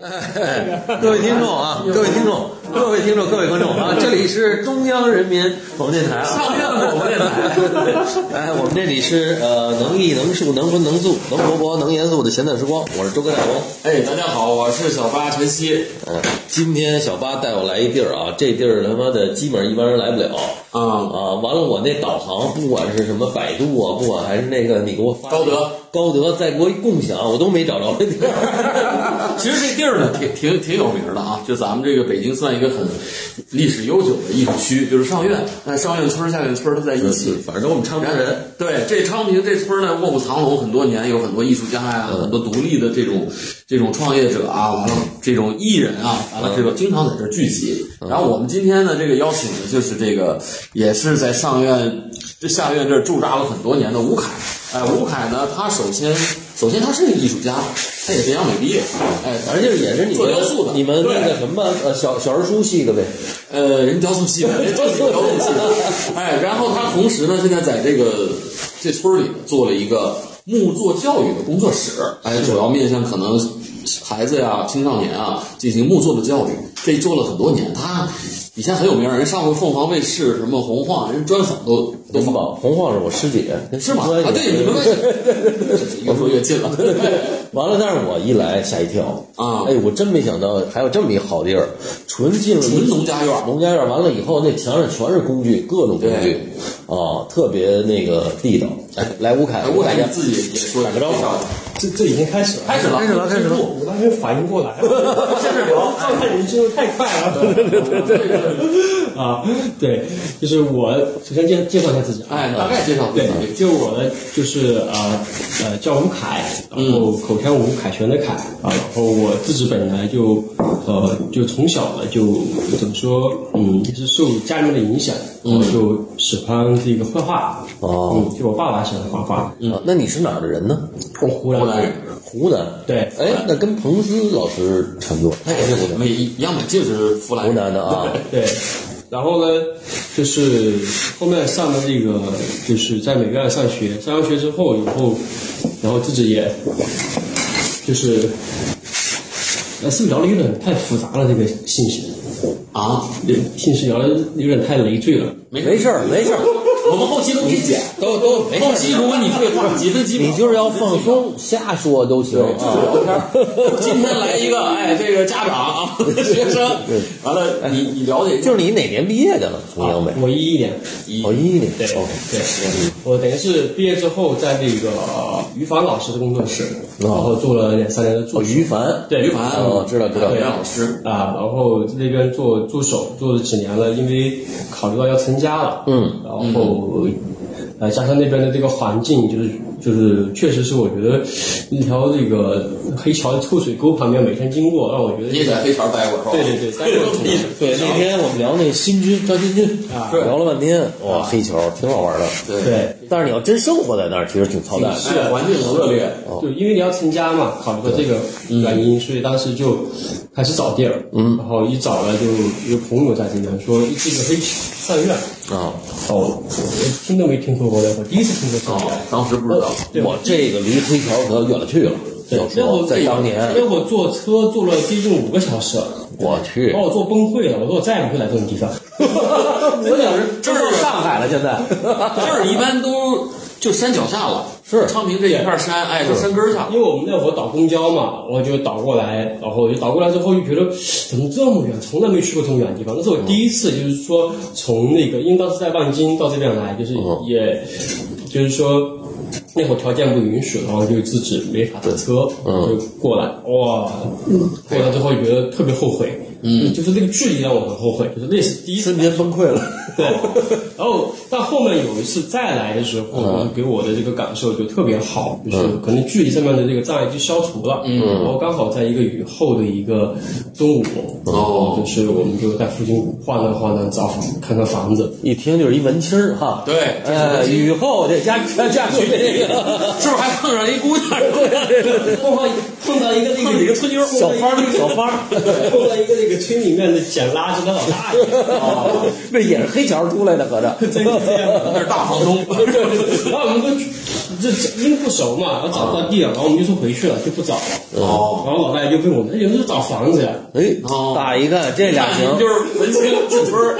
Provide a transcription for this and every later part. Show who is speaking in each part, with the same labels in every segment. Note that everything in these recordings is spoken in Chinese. Speaker 1: 哎 各位听众 啊，各位听众，各位听众，各位观众啊，这里是中央人民广播电台啊，
Speaker 2: 中央广播电台
Speaker 1: 哎，我们这里是呃，能艺能术能荤能素能活泼能严肃的闲淡时光，我是周哥大龙。
Speaker 2: 哎，大家好，我是小八晨曦。
Speaker 1: 嗯，今天小八带我来一地儿啊，这地儿他妈的基本上一般人来不了
Speaker 2: 嗯，
Speaker 1: 啊。完了，我那导航不管是什么百度啊，不管还是那个你给我发
Speaker 2: 高德，
Speaker 1: 高德，再给我一共享，我都没找着这地儿。
Speaker 2: 其实这地儿呢，挺挺挺有名的啊，就咱们这个北京算一个很历史悠久的艺术区，就是上院。那上院村、下院村它在一起。
Speaker 1: 反正我们昌平人。
Speaker 2: 对，这昌平这村呢，卧虎藏龙很多年，有很多艺术家呀、
Speaker 1: 嗯
Speaker 2: 很多独立的这种这种创业者啊，完了这种艺人啊，
Speaker 1: 嗯
Speaker 2: 完了这个经常在这儿聚集。然后我们今天呢，这个邀请的就是这个，也是在上院这下院这儿驻扎了很多年的吴凯。哎，吴凯呢，他首先首先他是个艺术家，他也是央美毕业，哎，
Speaker 1: 而且也是你
Speaker 2: 做
Speaker 1: 们
Speaker 2: 雕塑的
Speaker 1: 你们那
Speaker 2: 对
Speaker 1: 个什么呃小小人书系的呗，
Speaker 2: 呃，人雕塑 系的，人就是雕塑系的。哎，然后他同时呢，现在在这个这村儿里做了一个木作教育的工作室，哎，主要面向可能孩子呀、青少年啊进行木作的教育，这做了很多年。他以前很有名儿，人上过凤凰卫视什么红晃，人专访都都
Speaker 1: 红
Speaker 2: 访。
Speaker 1: 宝红晃是我师姐，跟
Speaker 2: 是吗？
Speaker 1: 关系
Speaker 2: 啊，对，你们关系越说越近了。
Speaker 1: 完了，但是我一来吓一跳
Speaker 2: 啊
Speaker 1: 哎，我真没想到还有这么一好地儿，纯进了
Speaker 2: 纯农家院儿，
Speaker 1: 农家院儿，完了以后那墙上全是工具，各种工具
Speaker 2: 对，
Speaker 1: 啊，特别那个地道。哎，来吴凯，
Speaker 2: 哎，我
Speaker 1: 大
Speaker 2: 感
Speaker 1: 家
Speaker 2: 觉自己也说
Speaker 1: 打个招呼
Speaker 3: 这这已经开始了，
Speaker 2: 开始了，
Speaker 1: 开始了开始了
Speaker 3: 我当时反应过来了，
Speaker 2: 甚至 聊
Speaker 3: 状态人进入太快了。对对对对 啊，对，就是我首先介介绍一下自己啊，
Speaker 2: 哎，大概介绍自
Speaker 3: 对
Speaker 2: 己，
Speaker 3: 就我呢，就是呃呃叫吴凯，然后口腔吴，凯旋的凯啊，然后我自己本来就呃就从小呢就怎么说，嗯，也是受家人的影响，我就喜欢这个画画，
Speaker 1: 哦
Speaker 3: 嗯，就我爸爸喜欢画画，
Speaker 1: 啊那你是哪儿的人呢？
Speaker 3: 我湖
Speaker 2: 湖南
Speaker 3: 南
Speaker 2: 人
Speaker 3: 人，。
Speaker 1: 湖南。
Speaker 3: 对
Speaker 1: 哎，那跟彭斯老师差不多，他
Speaker 2: 哎
Speaker 1: 也是湖南，
Speaker 2: 美一样的就是弗兰
Speaker 1: 湖南的啊。
Speaker 3: 对，然后呢，就是后面上的这个，就是在美院上学，上完学之后以后，然后自己也，就是，呃，是不是聊的有点太复杂了？这个信息，
Speaker 2: 啊，
Speaker 3: 对，信息聊的有点太累赘了。
Speaker 2: 没
Speaker 1: 没事儿，没事儿，
Speaker 2: 我们后期都给你剪，
Speaker 1: 都都没事儿
Speaker 2: 后期如果你废话 几分几秒，
Speaker 1: 你就是要放松，瞎说都行
Speaker 2: 对，就是
Speaker 1: 啊。
Speaker 2: 聊天儿。今天来一个，哎，这个家长啊， 学生，完了，你你了解
Speaker 1: 就是你哪年毕业的了？从央美？
Speaker 3: 我一一年，
Speaker 2: 嗯一
Speaker 1: 哦，一一年。
Speaker 3: 对
Speaker 1: 哦
Speaker 3: 对，我等于是毕业之后，在那个于凡老师的工作室，然后做了两三年的助
Speaker 1: 哦，
Speaker 3: 理。
Speaker 1: 于凡。
Speaker 3: 对，
Speaker 2: 于凡
Speaker 1: 哦，知道知道
Speaker 2: 袁。老师，
Speaker 3: 啊，然后在那边做助手做了几年了，因为考虑到要成家了，
Speaker 1: 嗯，
Speaker 3: 然后呃加上那边的这个环境，就是就是确实是我觉得一条这个黑桥臭水沟旁边每天经过，让我觉得
Speaker 2: 你也在黑桥待过是吧？
Speaker 3: 对对对待过
Speaker 2: 你
Speaker 1: 对，那天我们聊那新军张新军，
Speaker 3: 啊
Speaker 1: 聊了半天，哇，黑球挺好玩的。
Speaker 2: 对
Speaker 3: 对。
Speaker 1: 但是你要真生活在那儿，其实挺操蛋的。
Speaker 2: 是环境很恶劣，
Speaker 3: 就因为你要成家嘛，考虑到这个原因，所以当时就开始找地儿，嗯，然后一找了就有朋友在这边说这个黑上院，
Speaker 2: 嗯
Speaker 1: 啊，
Speaker 3: 哦，我听都没听说过的，我第一次听说上院，
Speaker 2: 哦，当时不知道，
Speaker 1: 我这个离黑桥可远了去了。
Speaker 3: 对
Speaker 1: 要，
Speaker 3: 那会
Speaker 1: 说
Speaker 3: 儿
Speaker 1: 在当年，
Speaker 3: 那会儿坐车坐了接近五个小时，
Speaker 1: 我去
Speaker 2: 哦
Speaker 3: 把，我坐崩溃了。我说我再也不会来这种 地方。我想是
Speaker 2: 这儿
Speaker 1: 上海了，现在。
Speaker 2: 这儿一般都就山脚下了，
Speaker 1: 是
Speaker 2: 昌平这一片山，哎，就山根儿下
Speaker 3: 因为我们那会儿倒公交嘛，我就倒过来，然后就倒过来之后就觉得 怎么这么远，从来没去过这么远的地方。那是我第一次，就是说从那个，因为当时在望京到这边来，就是也，就是说。那会儿条件不允许，然后就自己没法打车，就过来。哇，过来之后觉得特别后悔，嗯，就是那个距离让我很后悔，就是那是第一次
Speaker 1: 瞬间崩溃了。
Speaker 3: 对，然后到后面有一次再来的时候，给我的这个感受就特别好，就是可能距离上面的这个障碍就消除了，嗯，然后刚好在一个雨后的一个中午，
Speaker 2: 哦
Speaker 3: 就是我们就在附近晃荡晃荡，找看看房子，
Speaker 1: 一听就是一文青儿哈。
Speaker 2: 对
Speaker 1: 哎，雨后这家家家属这个
Speaker 2: 是不是还碰上一姑娘？
Speaker 3: 碰到碰到一个那
Speaker 2: 碰
Speaker 3: 个
Speaker 2: 上一个村妞儿
Speaker 1: 小芳儿，小芳儿，
Speaker 3: 碰到一个那个村里面的捡垃圾的老大爷， 哦，
Speaker 1: 那也是黑桥出来的，合着。
Speaker 3: 真是这样的。
Speaker 2: 那是大房东。
Speaker 3: 然后我们都这这因为不熟嘛，然后找不到地儿，然后我们就说回去了，就不找了。
Speaker 2: 哦，
Speaker 3: 然后老大爷就问我们，哎，有人找房子呀？
Speaker 1: 哎
Speaker 2: 哦，
Speaker 1: 打一个，这俩 行。
Speaker 2: 就是文青主村儿，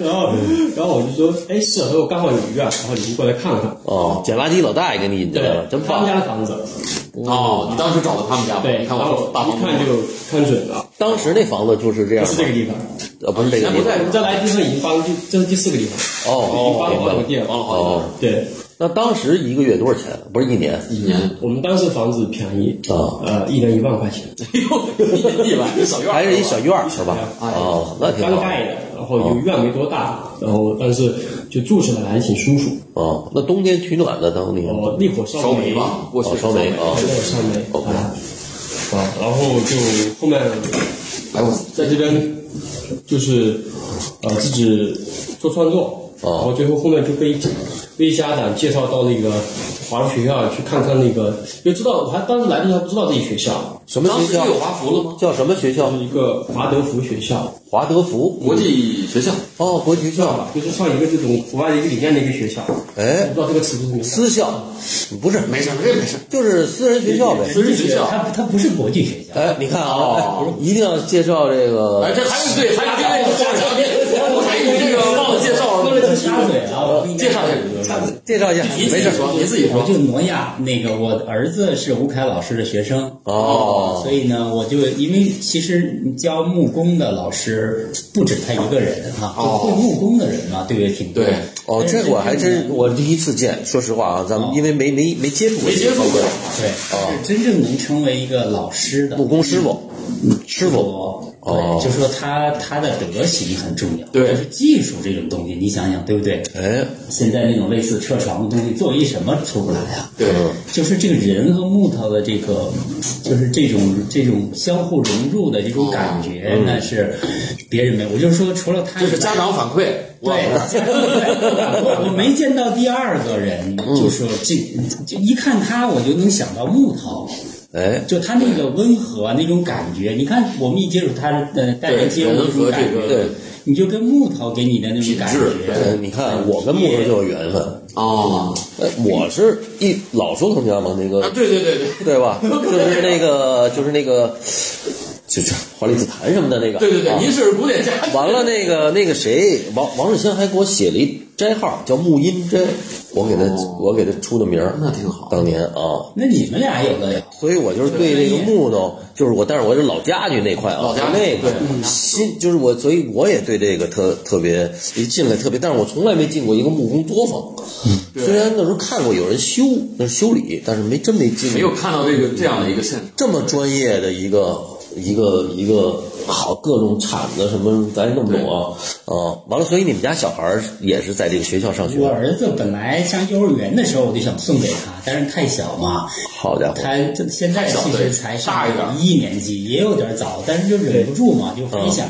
Speaker 3: 然后，然后我就说，哎，是，我刚好有一个，然后你们过来看看。
Speaker 1: 哦，捡垃圾老大爷给你引进来了，真
Speaker 3: 他
Speaker 1: 棒嗯
Speaker 3: 们！家的房子，
Speaker 2: 哦，你当时找的他们家吧？
Speaker 3: 对，
Speaker 2: 你
Speaker 3: 然
Speaker 2: 看我
Speaker 3: 后
Speaker 2: 说大房
Speaker 3: 一看
Speaker 2: 子，
Speaker 3: 就看准了，
Speaker 1: 当时那房子就是这样
Speaker 3: 不
Speaker 1: 吗
Speaker 3: 是这个地方。
Speaker 1: 呃，不是这个地
Speaker 2: 以前不在
Speaker 1: 方。
Speaker 3: 我再来地方已经搬，第这是第四个地方，已经
Speaker 1: 哦，
Speaker 3: 搬了
Speaker 1: 明
Speaker 3: 好
Speaker 1: 白
Speaker 3: 几个
Speaker 1: 了。
Speaker 3: 地
Speaker 2: 完了
Speaker 3: 方。
Speaker 2: 好几段，
Speaker 3: 对，
Speaker 1: 那当时一个月多少钱？不是一年
Speaker 2: 一年，
Speaker 3: 我们当时房子便宜，
Speaker 1: 啊，
Speaker 3: 呃，一人一万块钱，
Speaker 2: 哎呦，一年地吧，一小院儿，
Speaker 1: 还是一小院儿是吧？
Speaker 2: 哎
Speaker 1: 哦，那挺
Speaker 3: 刚
Speaker 1: 好。
Speaker 3: 盖的，然后
Speaker 1: 哦
Speaker 3: 有院没多大，然后但是就住起来还挺舒服。
Speaker 1: 哦，那冬天取暖的当地
Speaker 3: 然后那会儿烧
Speaker 2: 烧煤
Speaker 3: 煤
Speaker 2: 吧，过去
Speaker 1: 哦烧煤啊
Speaker 3: 对，烧煤。
Speaker 1: OK
Speaker 3: 啊，啊然后就后面
Speaker 2: 哎我
Speaker 3: 在这边就是呃自己做创作，
Speaker 1: 哦
Speaker 3: 然后最后后面就被被家长介绍到那个华人学校去看看那个，就知道他当时来的时候还不知道这己学校，
Speaker 1: 什么
Speaker 2: 当时
Speaker 1: 学校
Speaker 2: 就？有华服了吗？
Speaker 1: 叫什么学校
Speaker 3: 就是？一个华德福学校，
Speaker 1: 华德福。
Speaker 2: 国际学校，
Speaker 1: 哦，国际学校。
Speaker 3: 就是上一个这种国外的一个理念的一个学校，我
Speaker 1: 哎
Speaker 3: 不，知道这个词是什么意思。
Speaker 1: 私校，不是，
Speaker 2: 没事没事没事，
Speaker 1: 就是私人学校呗。
Speaker 2: 私人学校。
Speaker 4: 它它不是国际学校，
Speaker 1: 哎，你看啊
Speaker 2: 哦，
Speaker 1: 一定要介绍这
Speaker 2: 哎，
Speaker 1: 个。
Speaker 2: 这还有对，还有这位家长，我还有这个忘了介绍
Speaker 4: 喝
Speaker 2: 了，
Speaker 4: 了就插嘴了。
Speaker 2: 你介绍一下，
Speaker 1: 介绍一下，
Speaker 2: 你自
Speaker 1: 没
Speaker 2: 己
Speaker 1: 事。
Speaker 2: 说，你自己
Speaker 4: 我
Speaker 2: 说。
Speaker 4: 就挪亚，那个我儿子是吴凯老师的学生
Speaker 1: 哦
Speaker 4: 所以呢，我就因为其实教木工的老师不止他一个人哈、就
Speaker 2: 哦
Speaker 4: 会木工的人嘛，对不对？挺多
Speaker 2: 对
Speaker 1: 哦，这个我还真我第一次见，说实话啊，咱们因为没没没接触过
Speaker 2: 哦没接触过，
Speaker 4: 对，是真正能成为一个老师的
Speaker 1: 木工师傅，师傅
Speaker 4: 多，
Speaker 1: 哦
Speaker 4: 对，就说他他的德行很重要，
Speaker 2: 对
Speaker 4: 就是技术这种东西，你想想对不对？
Speaker 1: 哎，
Speaker 4: 现在那种类似车床的东西，做一什么出不来啊？
Speaker 2: 对，
Speaker 4: 就是这个人和木头的这个，就是这种这种相互融入的这种感觉，那是别人没有。我就说，除了他
Speaker 2: 这
Speaker 4: 以外，
Speaker 2: 哦嗯是家长反馈，我
Speaker 4: 对，我我没见到第二个人，
Speaker 2: 嗯
Speaker 4: 就说这就一看他，我就能想到木头。
Speaker 1: 哎，
Speaker 4: 就他那个温和那种感觉，你看我们一接触他，呃，待人接物
Speaker 2: 人
Speaker 4: 那
Speaker 2: 和
Speaker 4: 种
Speaker 2: 这
Speaker 4: 感
Speaker 2: 个
Speaker 4: 觉，
Speaker 1: 对，
Speaker 4: 你就跟木头给你的那种感
Speaker 2: 品质
Speaker 4: 觉，
Speaker 1: 呃你看我跟木头就有缘分，
Speaker 2: 啊
Speaker 4: 哦
Speaker 1: 哎，我是一老说他们家嘛，那
Speaker 2: 啊，
Speaker 1: 个
Speaker 2: 对对对对
Speaker 1: 对吧？就是那个就是那个，就是华丽紫檀什么的那个，
Speaker 2: 对对
Speaker 4: 哦
Speaker 2: 对，
Speaker 1: 啊
Speaker 2: 您是古典家庭，
Speaker 1: 完了，那个那个谁，王王志祥还给我写了一斋号，叫木音斋，我给他、我给他出的名儿，
Speaker 2: 哦那挺好
Speaker 1: 当年啊，
Speaker 4: 那你们俩有的聊，
Speaker 1: 所以我就是对这个木头，就是我，但是我是老家具那块啊，
Speaker 2: 老家具
Speaker 1: 那块
Speaker 2: 对
Speaker 1: 新，就是我，所以我也对这个特特别一进来特别，但是我从来没进过一个木工作坊，
Speaker 2: 对
Speaker 1: 虽然那时候看过有人修，那是修理，但是没真没进
Speaker 2: 没
Speaker 1: 过
Speaker 2: 有看到这个这样的一个现场。
Speaker 1: 这么专业的一个一个一个好各种铲子什么，咱也弄不懂啊啊！完了，所以你们家小孩儿也是在这个学校上学
Speaker 4: 我，儿子本来上幼儿园的时候，我就想送给他，但是太小嘛。
Speaker 1: 好家伙！
Speaker 4: 他这现在其实才
Speaker 2: 大一点
Speaker 4: 上一年级，也有点早，但是就忍不住嘛，就很想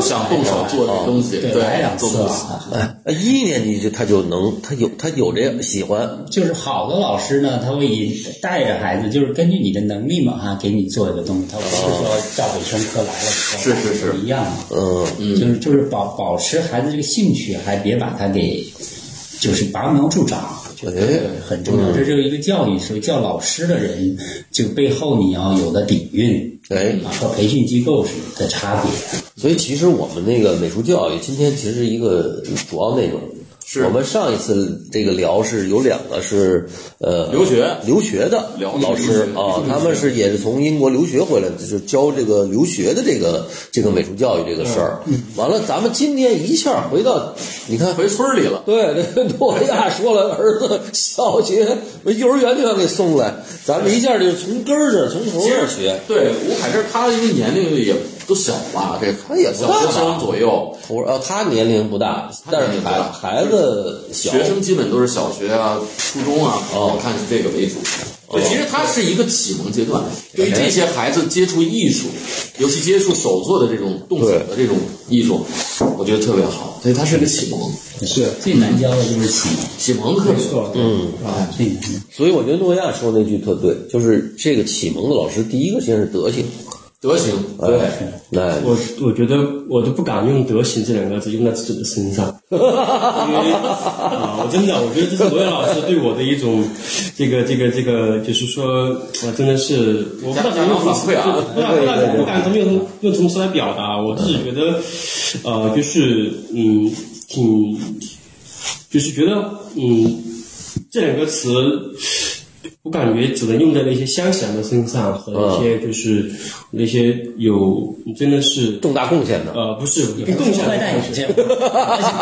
Speaker 2: 想动手做这东西，
Speaker 4: 哦对
Speaker 2: 嗯对
Speaker 4: 来两，
Speaker 2: 做
Speaker 4: 次啊
Speaker 2: 东西
Speaker 4: 了。
Speaker 1: 哎，一年级就他就能，他有他有这喜欢，
Speaker 4: 就是好的老师呢，他会以带着孩子，就是根据你的能力嘛，哈，给你做一个东西。他不是说照本宣科来了以后
Speaker 2: 嗯是是是
Speaker 4: 不一样嘛。
Speaker 1: 嗯，
Speaker 4: 就是就是保保持孩子这个兴趣，还别把他给就是拔苗助长，这
Speaker 1: 哎
Speaker 4: 个很重
Speaker 2: 嗯
Speaker 4: 要。这就是一个教育，所以叫老师的人，就背后你要有的底蕴
Speaker 1: 哎，
Speaker 4: 啊，和培训机构是的差别。
Speaker 1: 所以其实我们那个美术教育今天其实一个主要内容。
Speaker 2: 是
Speaker 1: 我们上一次这个聊是有两个是呃
Speaker 2: 留学
Speaker 1: 留学的
Speaker 2: 聊
Speaker 1: 老师
Speaker 2: 留学
Speaker 1: 啊，他们是也是从英国留学回来的，就是教这个留学的这个这个美术教育这个事儿。完了，咱们今天一下回到你看。
Speaker 2: 回村儿里了，
Speaker 1: 对，这个 诺亚说了，儿子小学、幼儿园就要给送来，咱们一下就从根儿这儿、从头这儿学。啊
Speaker 2: 对，吴凯这儿他因为年龄也都小吧，这
Speaker 1: 他也不
Speaker 2: 小
Speaker 1: 大
Speaker 2: 学生左右，
Speaker 1: 头呃，他年龄不大，但是孩孩子小，
Speaker 2: 学生基本都是小学啊、初中啊，我看是这个为主。对，其实它是一个启蒙阶段，对于这些孩子接触艺术，尤其接触手做的这种动手的这种艺术，我觉得特别好，所以它是个启蒙
Speaker 4: 是最难教的就是启蒙，
Speaker 2: 启蒙课
Speaker 3: 没。错，
Speaker 1: 嗯，
Speaker 4: 啊，最难教。
Speaker 1: 所以我觉得诺亚说那句特对，就是这个启蒙的老师，第一个先是德行，
Speaker 2: 德行，
Speaker 3: 对，
Speaker 1: 那
Speaker 3: 我我觉得我都不敢用“德行”这两个字用在自己的身上，因为啊，我真的我觉得这是罗源老师对我的一种这个这个这个，就是说，我真的是我不知道怎么用
Speaker 2: 反馈啊
Speaker 3: 不知道不知道我不敢怎么用用什么词来表达，我自己觉得，呃，就是嗯，挺，就是觉得嗯，这两个词。我感觉只能用在那些乡贤的身上和一些就是那些有真的是
Speaker 1: 重大贡献的，
Speaker 3: 呃，不是跟共享
Speaker 4: 外戴
Speaker 3: 的
Speaker 4: 眼
Speaker 3: 东西。
Speaker 4: 镜，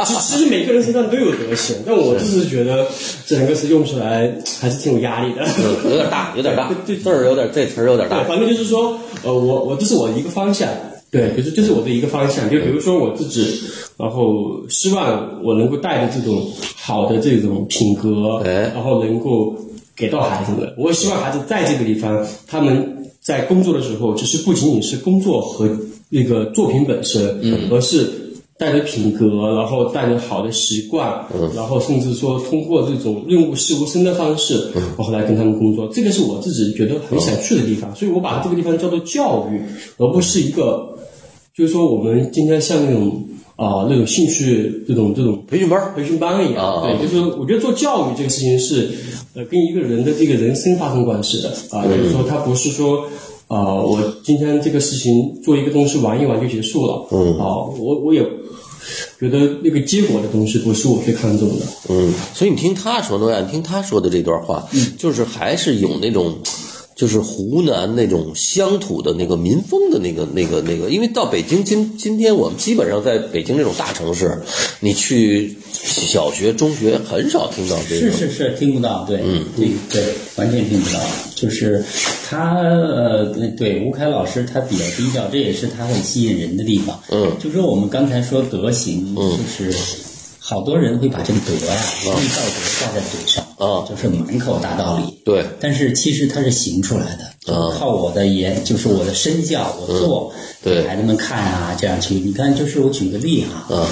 Speaker 3: 其其实每个人身上都有德行，但我就是觉得这两个词用出来还是挺有压力的。
Speaker 1: 有有点大，有点大，
Speaker 3: 嗯对对
Speaker 1: 字儿有点，这词儿有点
Speaker 3: 对，
Speaker 1: 大。
Speaker 3: 反正就是说，呃，我我这是我的一个方向，对，就是这是我的一个方向。就比如说我自己，然后希望我能够带着这种好的这种品格，
Speaker 1: 哎
Speaker 3: 然后能够给到孩子们。我也希望孩子在这个地方，他们在工作的时候，就是不仅仅是工作和那个作品本身，嗯，而是。带着品格，然后带着好的习惯，然后甚至说通过这种润物细无声的方式，然后来跟他们工作，这个是我自己觉得很想去的地方，所以我把这个地方叫做教育，而不是一个，就是说我们今天像那种啊、那种兴趣这种这种
Speaker 1: 培训班儿
Speaker 3: 培训班一样，
Speaker 1: 啊
Speaker 3: 对，就是我觉得做教育这个事情是，呃，跟一个人的这个人生发生关系的啊，就是说他不是说。啊、我今天这个事情做一个东西玩一玩就结束了。嗯，啊，我我也觉得那个结果的东西不是我最看重的。
Speaker 1: 嗯，所以你听他说，诺亚，你听他说的这段话，
Speaker 4: 嗯
Speaker 1: 就是还是有那种，就是湖南那种乡土的那个民风的那个那个那个，因为到北京今今天我们基本上在北京这种大城市，你去小学、中学很少听到这种。
Speaker 4: 是是是，听不到，对，对对，完全听不到。就是他呃，对对，吴凯老师他比较低调，这也是他很吸引人的地方。
Speaker 1: 嗯，
Speaker 4: 就说我们刚才说德行，就是。好多人会把这个德呀、一道德挂在嘴上，
Speaker 1: 啊
Speaker 4: 就是满口大道理，
Speaker 1: 对，
Speaker 4: 但是其实它是行出来的，就是靠我的言，就是我的身教，我做，
Speaker 1: 对
Speaker 4: 给孩子们看啊，这样去。你看，就是我举个例哈、
Speaker 1: 嗯，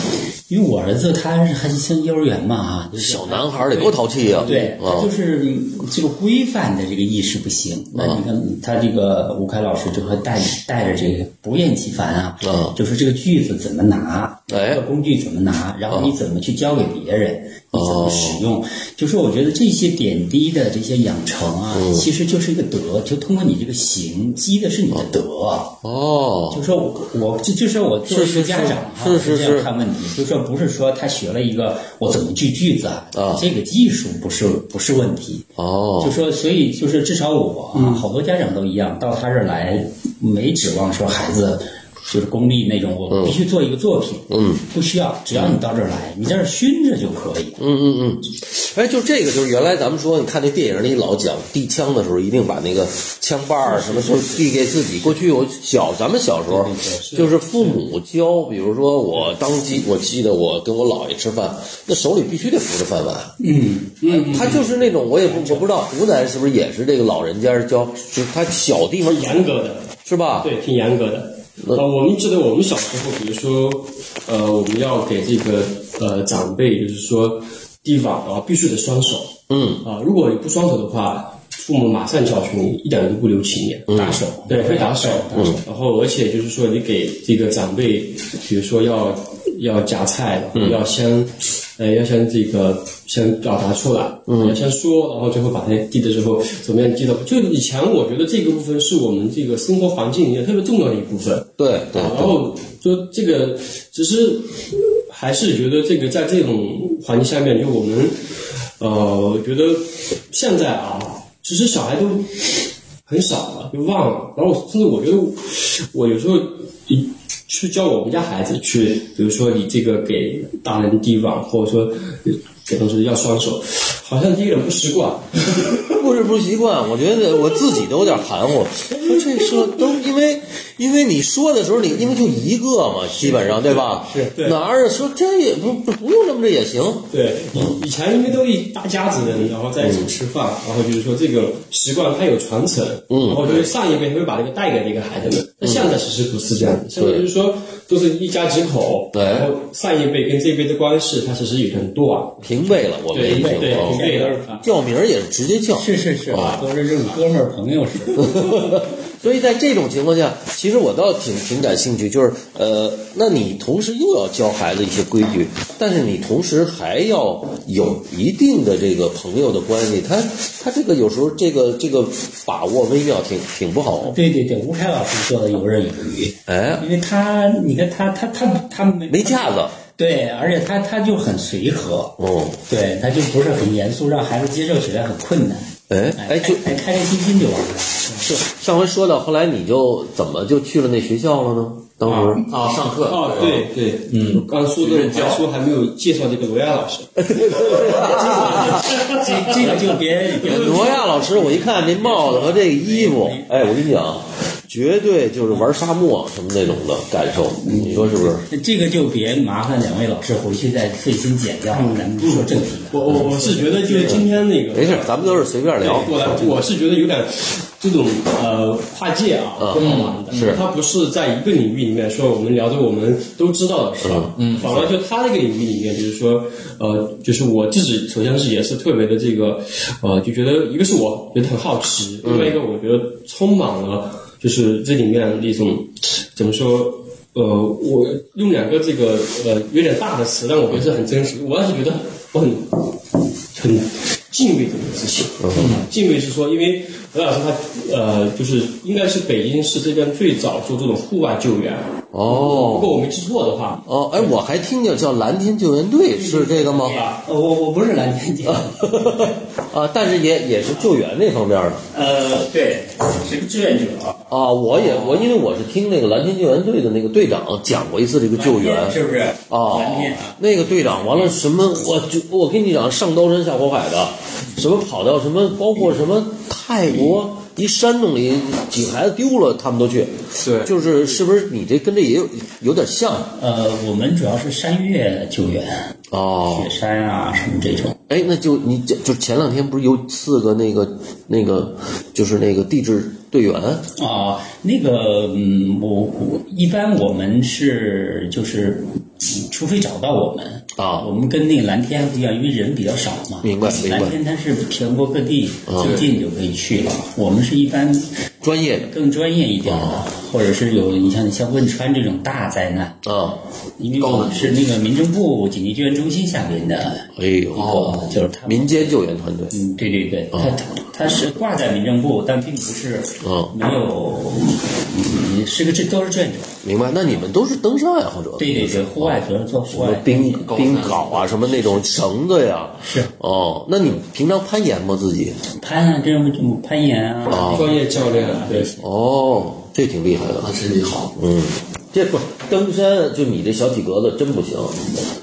Speaker 4: 因为我儿子他是还像幼儿园嘛啊，就是
Speaker 1: 小男孩儿得多淘气呀、啊。
Speaker 4: 对，
Speaker 1: 啊
Speaker 4: 他就是这个规范的这个意识不行。那你
Speaker 1: 嗯
Speaker 4: 看他这个吴凯老师就会 带带着这个不厌其烦啊，
Speaker 1: 嗯
Speaker 4: 就是这个句子怎么拿，
Speaker 1: 哎嗯
Speaker 4: 这个工具怎么拿，然后你怎么去教给别人，你怎么
Speaker 1: 哦
Speaker 4: 使用，就是我觉得这些点滴的这些养成啊，
Speaker 1: 嗯
Speaker 4: 其实就是一个德，就通过你这个行积的是你的德。
Speaker 1: 哦，
Speaker 4: 就说我我就就说我作为一个家长哈，
Speaker 1: 是是是
Speaker 4: 我
Speaker 1: 是
Speaker 4: 这样看问题，就说不是说他学了一个我怎么句句子啊
Speaker 1: 啊
Speaker 4: 这个技术不是不是问题，
Speaker 1: 哦
Speaker 4: 就，说所以就是至少我
Speaker 3: 嗯
Speaker 4: 啊，好多家长都一样，到他这儿来没指望说孩子。就是功利那种，
Speaker 1: 嗯
Speaker 4: 我必须做一个作品，嗯，不需要，只要你到这儿来，你在这儿熏着就可以。
Speaker 1: 嗯嗯嗯，哎，就这个，就是原来咱们说，你看那电影里老讲递枪的时候，一定把那个枪把儿什么，就是递给自己。过去我小，咱们小时候就是父母教，比如说我当机，我记得我跟我姥爷吃饭，那手里必须得扶着饭碗。
Speaker 4: 嗯，
Speaker 1: 嗯，他就是那种，我也不我不知道湖南是不是也是这个老人家教，就是他小地方
Speaker 3: 严格的，
Speaker 1: 是吧？
Speaker 3: 对，挺严格的。呃，我们记得我们小时候，比如说，呃，我们要给这个呃长辈，就是说递碗啊，必须得双手。
Speaker 1: 嗯
Speaker 3: 啊、如果你不双手的话，父母马上教训你，一点都不留情面。
Speaker 4: 打手，
Speaker 3: 对，会打手，然后而且就是说，你给这个长辈，比如说要要夹菜，然后要先，呃，要先这个先表达出来，要先说，然后最后把它递的时候怎么样递到？就以前我觉得这个部分是我们这个生活环境里面特别重要的一部分，
Speaker 1: 对对
Speaker 3: 然后就这个，只是还是觉得这个在这种环境下面，就我们呃，我觉得现在啊，其实小孩都很少了，就忘了。然后我甚至我觉得我，我有时候一去教我们家孩子去，比如说你这个给大人递碗，或者说给同学要双手，好像第一人不习惯。
Speaker 1: 不是不习惯，我觉得我自己都有点含 糊。说这说都因为因为你说的时候你，因为就一个嘛，基本上对吧？
Speaker 3: 是对
Speaker 1: 哪儿说这也不不不用这么着也行。
Speaker 3: 对，以以前因为都一大家子人，然后在一起吃饭，然后就是说这个习惯它有传承，
Speaker 1: 嗯
Speaker 3: 然后就是上一辈会把这个带给这个孩子们。那现在其实不是这样，现在就是说都是一家几口，
Speaker 1: 对
Speaker 3: 然后上一辈跟这一辈的关系，它其实有点断。
Speaker 1: 平辈了，我们
Speaker 3: 对
Speaker 1: 已经
Speaker 3: 对对
Speaker 1: 哦
Speaker 3: 对
Speaker 4: 啊
Speaker 1: 叫名儿也是直接叫。啊
Speaker 4: 是是是，都是这种哥们儿朋友似的。
Speaker 1: 所以在这种情况下，其其实我倒挺挺感兴趣，就是呃，那你同时又要教孩子一些规矩，但是你同时还要有一定的这个朋友的关系，他他这个有时候这个这个把握微妙挺挺不好。
Speaker 4: 对对对，吴凯老师做的游刃有余，
Speaker 1: 哎，
Speaker 4: 因为他，你看他他他他没
Speaker 1: 没架子
Speaker 4: 对，而且他他就很随和，
Speaker 1: 哦，
Speaker 4: 对，他就不是很严肃，让孩子接受起来很困难。
Speaker 1: 哎哎，就
Speaker 4: 开开开心心就完 了。
Speaker 1: 是上回说到，后来你就怎么就去了那学校了呢？当时
Speaker 2: 啊，上 课
Speaker 3: 哦，对对，嗯，刚说的白叔还没有介绍这个罗亚老师，
Speaker 4: 这这个就别别
Speaker 1: 罗亚老师，我一看那帽子和这个衣服，哎，我跟你讲，绝对就是玩沙漠什么那种的感受，你说是不是？
Speaker 4: 这个就别麻烦两位老师回去再费心剪掉，咱们说正题。
Speaker 3: 我我我是觉得就是今天那个
Speaker 1: 没事，咱们都是随便聊。
Speaker 3: 我来，我是觉得有点这种呃跨界啊，不好玩的。
Speaker 1: 是
Speaker 3: 它不是在一个领域里面说我们聊着我们都知道的事儿，嗯，反而就他那个领域里面，就是说呃，就是我自己首先是也是特别的这个呃，就觉得一个是我觉得很好奇，另外一个我觉得充满了就是这里面的一种怎么说。呃，我用两个这个呃有点大的词，但我觉得是很真实。我要是觉得我很很敬畏这个事情。敬畏是说，因为何老师他呃，就是应该是北京市这边最早做这种户外救援。如
Speaker 1: 哦
Speaker 3: 果我没记错的话，
Speaker 1: 哦，哎，我还听见叫蓝天救援队，是这个吗？
Speaker 4: 呃，我我不是蓝天姐，
Speaker 1: 啊，但是也也是救援这方面的
Speaker 4: 呃，对，是个志愿者。
Speaker 1: 啊。我也我因为我是听那个蓝天救援队的那个队长讲过一次这个救援
Speaker 4: 是不是？
Speaker 1: 啊
Speaker 4: 蓝天啊，，
Speaker 1: 那个队长完了什么，我就我跟你讲，上刀山下火海的，什么跑到什么，包括什么泰国一山洞里几孩子丢了，他们都去。
Speaker 2: 对
Speaker 1: 就是是不是你这跟这也有有点像
Speaker 4: 呃，我们主要是山岳救援，
Speaker 1: 哦
Speaker 4: 雪？山啊什么这种。
Speaker 1: 哎，那就你就就前两天不是有四个那个那个，就是那个地质队员
Speaker 4: 啊，那个，嗯，我我一般我们是就是，嗯除非找到我们
Speaker 1: 啊
Speaker 4: 我们跟那个蓝天不一样，因为人比较少嘛。
Speaker 1: 明白明白嗯
Speaker 4: 蓝天它是全国各地就近就可以去了，我们是一般
Speaker 1: 专业的
Speaker 4: 更专业一点
Speaker 1: 哦
Speaker 4: 的，或者是有你像你像汶川这种大灾难，
Speaker 1: 啊，
Speaker 4: 因为我们是那个民政部紧急救援中心下面的
Speaker 1: 哎呦，
Speaker 4: 一个，就是他们
Speaker 1: 民间救援团队
Speaker 4: 嗯，对对对，
Speaker 1: 哦
Speaker 4: 它它是挂在民政部，但并不是
Speaker 1: 嗯
Speaker 4: 没有，嗯是个这都是志愿者，
Speaker 1: 明白？那你们都是登山爱好者，
Speaker 4: 对对对，户外主要是做户
Speaker 1: 什么
Speaker 4: 外。
Speaker 1: 冰冰镐啊，什么那种绳子呀，
Speaker 4: 是
Speaker 1: 哦。那你平常攀岩吗？自己
Speaker 4: 攀啊，这种这种攀岩啊，
Speaker 1: 啊？
Speaker 3: 专业教练对，
Speaker 1: 哦，这挺厉害的
Speaker 2: 他，啊身体好，
Speaker 1: 嗯。这不登山，就你这小体格子真不行，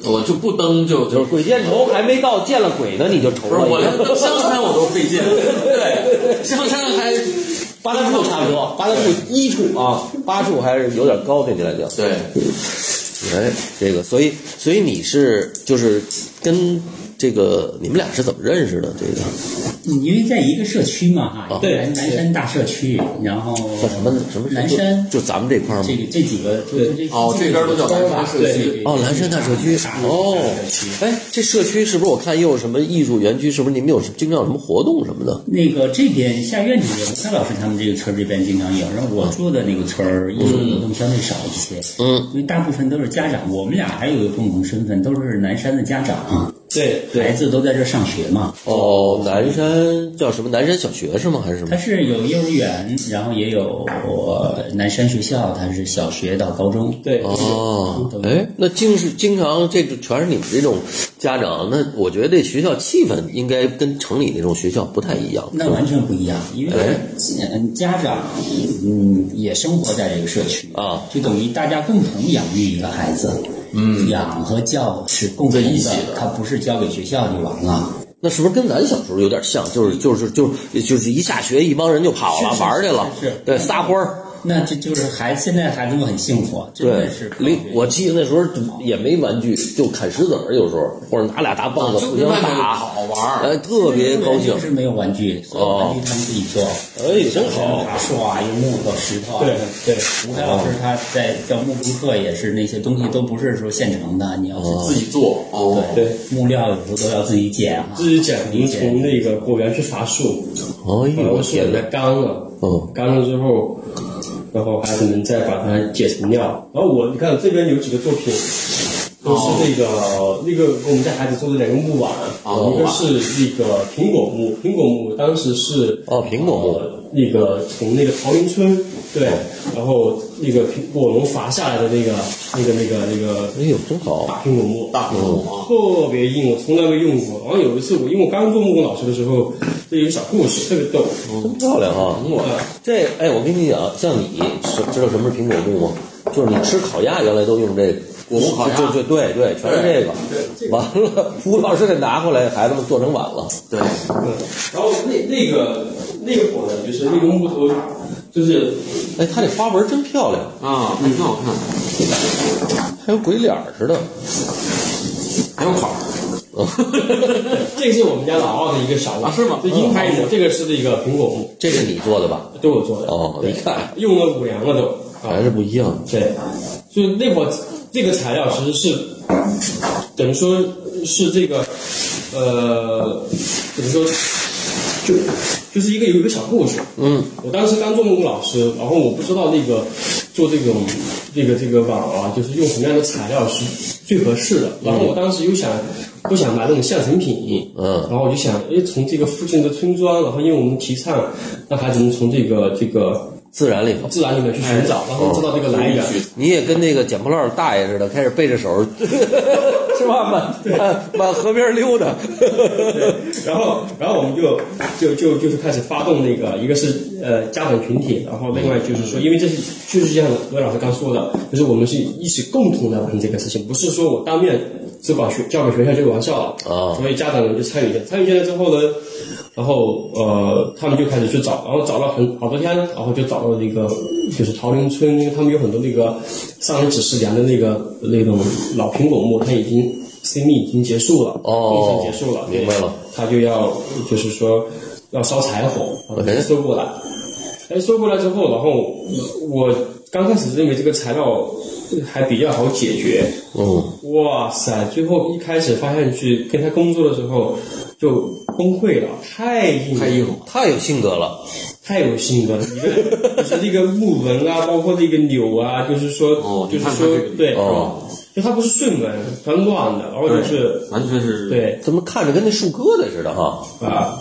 Speaker 2: 我就不蹬就
Speaker 1: 就
Speaker 2: 就是
Speaker 1: 鬼见愁还没到见了鬼呢，你就愁
Speaker 2: 不是
Speaker 1: 了已经。
Speaker 2: 我连登香山我都费劲，对，香山还
Speaker 1: 八大处差不多，八大处一处啊，八处还是有点高对你来讲。
Speaker 2: 对，
Speaker 1: 哎，这个，所以所以你是就是跟这个你们俩是怎么认识的？这个
Speaker 4: 因为在一个社区嘛哈，
Speaker 3: 对
Speaker 4: 南南山大社区，然后
Speaker 1: 叫什么什么
Speaker 4: 南山
Speaker 1: 就就咱们这块儿吗
Speaker 4: 这？个这几个啊对
Speaker 2: 哦这边都叫南山社区
Speaker 1: 哦，蓝山大社区
Speaker 4: 嗯
Speaker 1: 哦，哎，这社区是不是我看又有什么艺术园区？是不是你们有什经常有什么活动什么的？
Speaker 4: 那个这边夏院主任、夏老师他们这个村儿这边经常有，然后我住的那个村儿艺术活动相对少一些，
Speaker 1: 嗯，
Speaker 4: 因为大部分都是家长，我们俩还有一个共同身份，都是南山的家长，
Speaker 3: 对
Speaker 4: 孩子都在这儿上学嘛。
Speaker 1: 哦，南山叫什么？南山小学是吗？还是什
Speaker 4: 它
Speaker 1: 么？
Speaker 4: 是有幼儿园，然后也有呃南山学校，它是小学到高中。
Speaker 3: 对，
Speaker 1: 哦，
Speaker 4: 嗯
Speaker 1: 哎，那经是经常这个全是你们这种家长，那我觉得这学校气氛应该跟城里那种学校不太一样。
Speaker 4: 那完全不一样，因为嗯家长嗯也生活在这个社区
Speaker 1: 啊，
Speaker 4: 就等于大家共同养育一个孩子，嗯，养和教是共同
Speaker 2: 在一起
Speaker 4: 的，它不是交给学校就完了。
Speaker 1: 那是不是跟咱小时候有点像？就是就是就是就是一下学，一帮人就跑了，
Speaker 4: 是是
Speaker 1: 玩儿去了，
Speaker 4: 是是
Speaker 1: 对，撒欢儿。
Speaker 4: 那这就是孩现在孩子们很幸福，真
Speaker 1: 对
Speaker 4: 的是，
Speaker 1: 没，我记得那时候也没玩具，就砍石子儿，有时候或者拿俩大棒子
Speaker 2: 啊就
Speaker 1: 互
Speaker 2: 跟
Speaker 1: 相
Speaker 2: 外面
Speaker 1: 打，
Speaker 2: 好玩儿，
Speaker 1: 哎，特别高兴
Speaker 4: 就。是没有玩具，所有玩具他们自己做。
Speaker 1: 哎，真好
Speaker 4: 爬树啊，用木头、石头啊。
Speaker 3: 对对
Speaker 4: 吴凯老师他在叫木工课，也是那些东西都不是说现成的，你要是自
Speaker 2: 自
Speaker 4: 己
Speaker 2: 己做哦，
Speaker 3: 对，
Speaker 4: 木料，有时候都要自己捡啊。
Speaker 3: 自己讲，您从那个果园去伐树，
Speaker 1: 哎呦，我
Speaker 3: 我
Speaker 1: 天
Speaker 3: 现
Speaker 1: 哪
Speaker 3: 在！干了，
Speaker 1: 嗯
Speaker 3: 干了之后，然后孩子们再把它解成尿。然后我你看这边有几个作品，都是那个、那个我们家孩子做的两个木碗，
Speaker 2: 哦
Speaker 3: 一个是那个苹果木，苹果木当时是
Speaker 1: 哦苹果木
Speaker 3: 呃那个从那个桃源村对，然后那个苹果农伐下来的那个那个那个那个
Speaker 1: 哎呦，真好，
Speaker 3: 大苹果木，
Speaker 2: 大屏幕啊，
Speaker 3: 特别硬，我从来没用过。好像有一次我，因为我刚做木工老师的时候，这有个小故事，特别逗。呃
Speaker 1: 真漂亮啊！
Speaker 2: 苹果
Speaker 1: 这哎，我跟你讲，像你是知道什么是苹果木吗？就是你吃烤鸭原来都用这个
Speaker 2: 果木烤鸭
Speaker 1: 对对对对，全是这个。完了， 吴老师给拿回来，孩子们做成碗了。
Speaker 2: 对，
Speaker 3: 嗯，然后那那个那个火呢，就是那个木头，就是
Speaker 1: 哎，他这花纹真漂亮，
Speaker 2: 啊，挺好看，
Speaker 1: 还有鬼脸儿似的。
Speaker 2: 还有款儿，
Speaker 3: 这是我们家老二的一个小碗、
Speaker 2: 啊是吗
Speaker 3: 这鹰拍木，这个是那个苹果木，
Speaker 1: 这是你做的吧？
Speaker 3: 都我做的。
Speaker 1: 哦，你看
Speaker 3: 用了五粮了都。啊
Speaker 1: 还，是不一样。
Speaker 3: 对，所以那会儿这个材料其实是等于说是这个呃怎么说就就是一个有一个小故事。
Speaker 1: 嗯，
Speaker 3: 我当时刚做木工老师，然后我不知道那个做这种这个这个碗啊，就是用什么样的材料是最合适的。然后我当时又想不想买那种现成品，
Speaker 1: 嗯
Speaker 3: 然后我就想，哎，从这个附近的村庄，然后因为我们提倡让孩子们从这个这个
Speaker 1: 自然里头，
Speaker 3: 自然里面去寻
Speaker 1: 哎
Speaker 3: 找，然后知道这个来源。
Speaker 1: 你也跟那个捡破烂儿大爷似的，开始背着手，是吧？满满满河边溜达。
Speaker 3: 然后，然后我们就就就就是开始发动那个，一个是呃家长群体，然后另外就是说，因为这是就是像韦老师刚说的，就是我们是一起共同来完成这个事情，不是说我当面只把学交给学校就完事儿了。
Speaker 1: 啊
Speaker 3: 所以家长们就参与进来，参与进来之后呢，然后呃他们就开始去找，然后找了很好多天，然后就找到那个就是桃林村，因为他们有很多那个上人几十年的那个那种老苹果木，它已经。生命已经结束了，
Speaker 1: 哦
Speaker 3: 工程结束了，
Speaker 1: 明白了。
Speaker 3: 他就要就是说要烧柴火，把它收过来。哎，收过来之后，然后我刚开始认为这个材料还比较好解决，
Speaker 1: 嗯，
Speaker 3: 哇塞！最后一开始发现去跟他工作的时候就崩溃了，太硬
Speaker 2: 太
Speaker 3: 了，
Speaker 2: 硬了，
Speaker 1: 太有性格了。
Speaker 3: 太有性格了。你看，就是那个木纹啊，包括那个钮啊，就是说，
Speaker 2: 哦
Speaker 3: 就是
Speaker 2: 你看看
Speaker 3: 说
Speaker 2: 这个，
Speaker 3: 对，
Speaker 1: 哦
Speaker 3: 就它不是顺纹，它乱的，然后就是
Speaker 2: 完全是，
Speaker 3: 对
Speaker 1: 怎么看着跟那树疙瘩似的哈？
Speaker 3: 啊，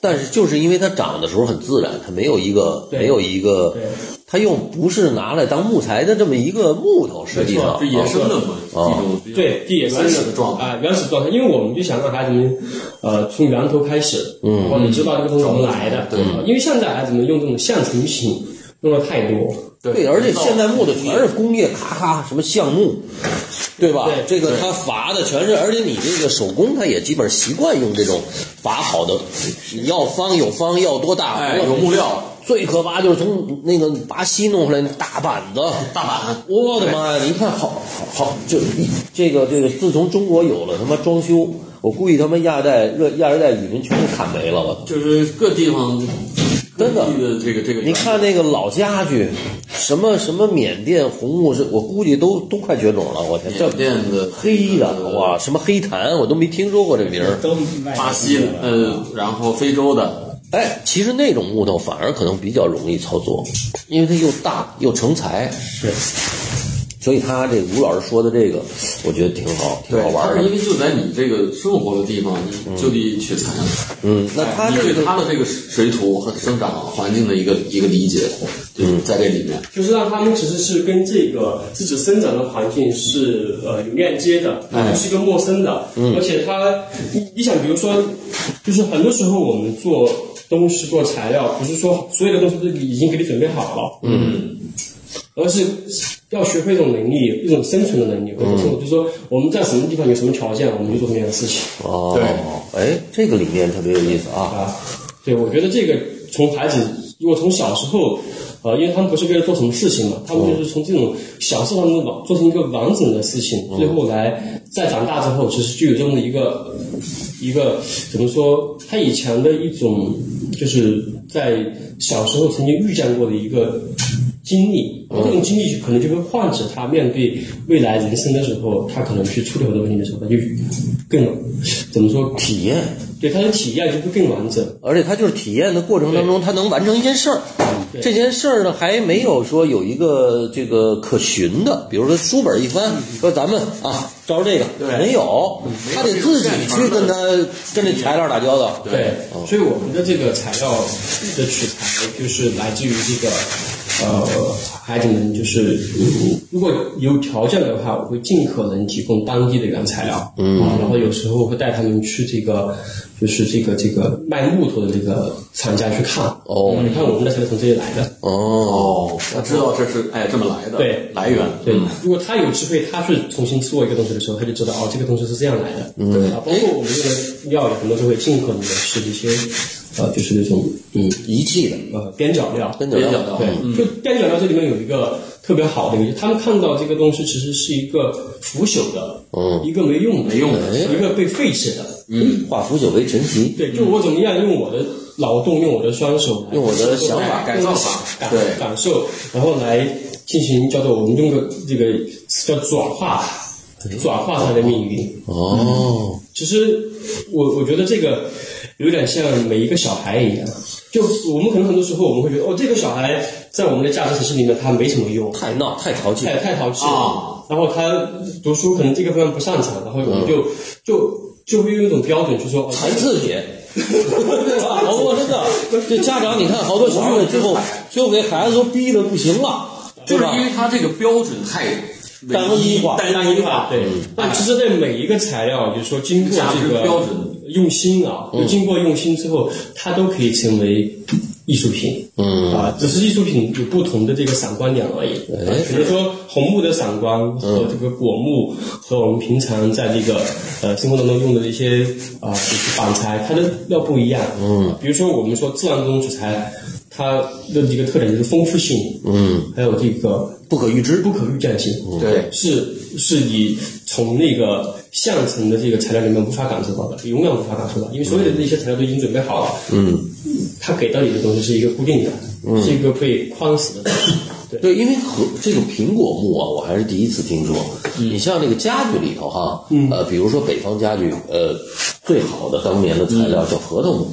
Speaker 1: 但是就是因为它长的时候很自然，它没有一个
Speaker 3: 对
Speaker 1: 没有一个
Speaker 3: 对，
Speaker 1: 它又不是拿来当木材的这么一个木头，实际上
Speaker 2: 这野生的嘛，一
Speaker 1: 啊
Speaker 2: 种比较
Speaker 3: 对，这也是
Speaker 2: 原始的状态，
Speaker 3: 啊，原始状态，因为我们就想让孩子们，呃，从源头开始，嗯，或者知道这个东西怎么来的，对、因为现在孩子们用这种现成品用的太多，
Speaker 1: 对，而且现在木头全是工业，咔咔什么橡木，对吧？
Speaker 3: 对
Speaker 1: 这个它伐的全是，而且你这个手工，它也基本习惯用这种伐好的。你要方有方，要多大
Speaker 2: 哎，有木料，
Speaker 1: 最可怕就是从那个巴西弄回来那大板子，
Speaker 2: 大板
Speaker 1: 我的妈呀！你看好，好好，就这个这个，自从中国有了他妈装修，我估计他妈亚代热亚热带雨林全给砍没了。我操！
Speaker 2: 就是各地方
Speaker 1: 真的
Speaker 2: 各地的这个这个，
Speaker 1: 你看那个老家具，什么什么缅甸红木，是我估计都都快绝种了。我天，这
Speaker 2: 缅甸的
Speaker 1: 黑的哇，什么黑檀，我都没听说过这名儿。
Speaker 4: 都卖
Speaker 2: 巴西的，呃，
Speaker 1: 嗯
Speaker 2: 然后非洲的，
Speaker 1: 哎，其实那种木头反而可能比较容易操作，因为它又大又成材。是，所以他这吴老师说的这个，我觉得挺好，挺好玩
Speaker 2: 它
Speaker 1: 儿
Speaker 2: 是因
Speaker 1: 的。
Speaker 2: 为就在你这个生活的地方，你就地取材。
Speaker 1: 嗯，那他
Speaker 2: 你
Speaker 1: 这
Speaker 2: 对
Speaker 1: 个
Speaker 2: 它的这个水土和生长环境的一个一个理解，就是
Speaker 1: 嗯
Speaker 2: 在这里面。
Speaker 3: 就是让他们其实是跟这个自己生长的环境是呃有链接的，不是一个陌生的，而且它你你想，比如说，就是很多时候我们做东西做材料，不是说所有的东西都已经给你准备好了，
Speaker 2: 嗯，
Speaker 3: 而是要学会一种能力，一种生存的能力，或者说，就是说我们在什么地方有什么条件，我们就做什么样的事情
Speaker 1: 哦，哎，这个理念特别有意思啊。
Speaker 3: 啊。对，我觉得这个从孩子，如果从小时候，呃，因为他们不是为了做什么事情嘛，他们就是从这种小事当中完做成一个完整的事情，最后来再长大之后，其实就有这么一个一个怎么说，他以前的一种就是在小时候曾经遇见过的一个经历，这种经历可能就会唤起他面对未来人生的时候，他可能去处理很多问题的时候，他就更怎么说，
Speaker 1: 体验，
Speaker 3: 对他的体验就会更完整。
Speaker 1: 而且他就是体验的过程当中，他能完成一件事儿，这件事儿呢，还没有说有一个这个可循的，比如说书本一翻，说咱们啊招这个，
Speaker 2: 对
Speaker 1: 没有，他得自己去跟他跟这材料打交道。
Speaker 3: 对，哦所以我们的这个材料的取材就是来自于这个呃，孩子们就是嗯如果有条件的话，我会尽可能提供当地的原材料，嗯，然后有时候会带他们去这个就是这个这个卖木头的这个厂家去看，啊
Speaker 1: 哦
Speaker 3: 你看我们的材料从这里来的，
Speaker 1: 哦，
Speaker 2: 哦，他知道这是哎这么来的，
Speaker 3: 对
Speaker 2: 来源，嗯
Speaker 3: 对，如果他有智慧，他去重新做一个东西的时候，他就知道哦，这个东西是这样来的。嗯，啊，包括我们这个料理，很多时候会尽可能的是一些，呃，就是那种嗯，
Speaker 1: 遗弃的，
Speaker 3: 呃，边角料。
Speaker 1: 跟
Speaker 2: 边
Speaker 1: 着
Speaker 2: 角
Speaker 1: 聊。
Speaker 2: 料，
Speaker 3: 对，就边角料这里面有一个特别好的一个，他们看到这个东西其实是一个腐朽的，
Speaker 1: 嗯，
Speaker 3: 一个没用的，
Speaker 2: 没用的
Speaker 3: 一个被废弃的。
Speaker 1: 化腐朽为神奇，
Speaker 3: 对，就我怎么样用我的劳动，用我的双手，
Speaker 1: 用我的想法
Speaker 2: 改造法
Speaker 3: 感
Speaker 2: 对
Speaker 3: 感受，然后来进行叫做我们用个这个词叫转化，转化它的命运。
Speaker 1: 哦，
Speaker 3: 其实我我觉得这个有点像每一个小孩一样，就我们可能很多时候我们会觉得哦，这个小孩在我们的价值体系里面他没什么用，
Speaker 1: 太闹太淘气
Speaker 3: 太，太淘气
Speaker 2: 啊
Speaker 3: 了。然后他读书可能这个方面不擅长，然后我们就就就会用一种标准去说，哦，
Speaker 1: 残次品。好多真的，这家长你看，好多小孩儿最后最后给孩子都逼的不行了，
Speaker 2: 就
Speaker 1: 对
Speaker 2: 是
Speaker 1: 吧？
Speaker 2: 因为他这个标准太
Speaker 1: 单一化
Speaker 2: 单
Speaker 3: 单
Speaker 2: 一
Speaker 3: 一化，对。那其实，在每一个材料，就是说经过
Speaker 2: 价值
Speaker 3: 这个
Speaker 2: 标准
Speaker 3: 用心啊，经过用心之后，它都可以成为艺术品。
Speaker 1: 嗯
Speaker 3: 啊，只是艺术品有不同的这个闪光点而已。啊比如说红木的闪光和这个果木和我们平常在这个呃生活当中用的一些啊就是板材，它的料不一样。嗯，比如说我们说自然中取材。它的一个特点就是丰富性，
Speaker 1: 嗯，
Speaker 3: 还有这个
Speaker 1: 不可预知，
Speaker 3: 不可预见性，
Speaker 1: 嗯
Speaker 2: 对
Speaker 3: 是是你从那个相层的这个材料里面无法感受到的，永远无法感受到，因为所有的那些材料都已经准备好了。嗯，它给到你的东西是一个固定的，
Speaker 1: 嗯
Speaker 3: 是一个被框死的东西。对，
Speaker 1: 对，因为和这个苹果木啊，我还是第一次听说。
Speaker 3: 嗯
Speaker 1: 你像这个家具里头哈，呃，比如说北方家具，呃，最好的当年的材料叫核桃木，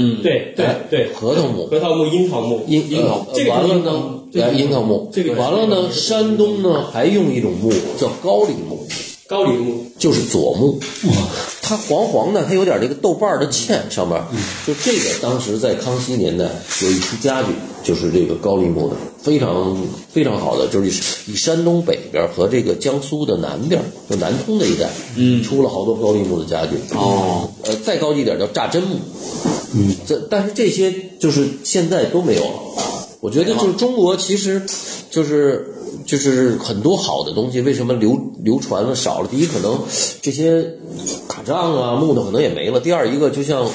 Speaker 2: 嗯
Speaker 3: 对对对，
Speaker 1: 核桃木，
Speaker 3: 核桃木、樱桃木，
Speaker 1: 哎樱
Speaker 3: 樱桃
Speaker 1: 呃，
Speaker 3: 这个
Speaker 1: 完
Speaker 3: 可
Speaker 1: 了
Speaker 3: 能
Speaker 1: 呢，
Speaker 3: 这
Speaker 1: 来
Speaker 3: 个
Speaker 1: 樱桃木，
Speaker 3: 这个
Speaker 1: 完了呢，山东呢还用一种木叫高丽木，
Speaker 3: 高岭木，
Speaker 1: 就是左木，它黄黄的，它有点这个豆瓣儿的芡上面儿，就这个当时在康熙年代有一批家具，就是这个高丽木的，非常非常好的，就是以山东北边儿和这个江苏的南边儿，就南通这一带，嗯，出了好多高丽木的家具。
Speaker 2: 哦，
Speaker 1: 呃，再高级一点儿叫榨针木，嗯，这但是这些就是现在都没有了。我觉得就是中国其实就是就是很多好的东西，为什么流流传了少了？第一，可能这些卡杖啊、木头可能也没了；第二，一个就像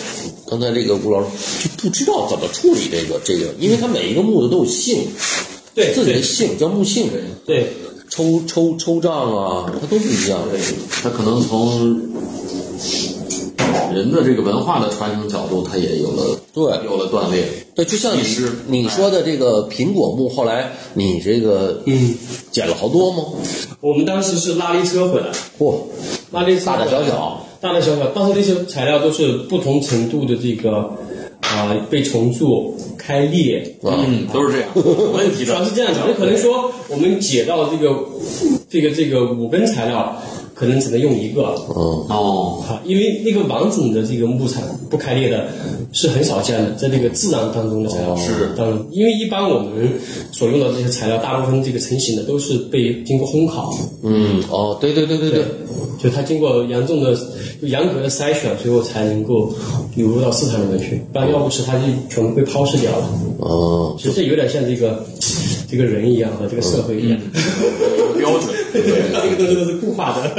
Speaker 1: 刚才这个吴老师就不知道怎么处理这个这个，因为它每一个木头都有性，
Speaker 3: 对
Speaker 1: 自己的
Speaker 3: 对
Speaker 1: 性叫木性，
Speaker 3: 对
Speaker 1: 抽抽抽杖啊，它都不一样。
Speaker 2: 他可能从人的这个文化的传承角度，他也有了
Speaker 1: 对，
Speaker 2: 有了断裂，
Speaker 1: 对，就像
Speaker 2: 律
Speaker 1: 你
Speaker 2: 师
Speaker 1: 你说的这个苹果木，后来你这个
Speaker 3: 嗯，
Speaker 1: 捡了好多吗？
Speaker 3: 我们当时是拉力车回来。
Speaker 1: 嚯、
Speaker 3: 拉力
Speaker 1: 大大小小，
Speaker 3: 大大小小，当时那些材料都是不同程度的这个啊、被重铸、开裂，
Speaker 2: 嗯，都 是这样，问题
Speaker 3: 主要
Speaker 2: 的
Speaker 3: 是这样讲，就可能说我们解到这个这个这个五根材料，可能只能用一个
Speaker 1: 嗯，
Speaker 2: 哦，
Speaker 3: 啊，因为那个完整的这个木材不开裂的是很少见的，在这个自然当中的材料
Speaker 2: 是
Speaker 3: 当中，因为一般我们所用到的这些材料，大部分这个成型的都是被经过烘烤，
Speaker 1: 嗯，哦，对对对对对，
Speaker 3: 就它经过严重的、就严格的筛选，最后才能够流入到市场里面去，不然要不是它就全部被抛弃掉了。
Speaker 1: 哦，
Speaker 3: 其实这有点像这个这个人一样和这个社会一样，
Speaker 2: 嗯标 准，对，
Speaker 3: 这个东西都是固化的，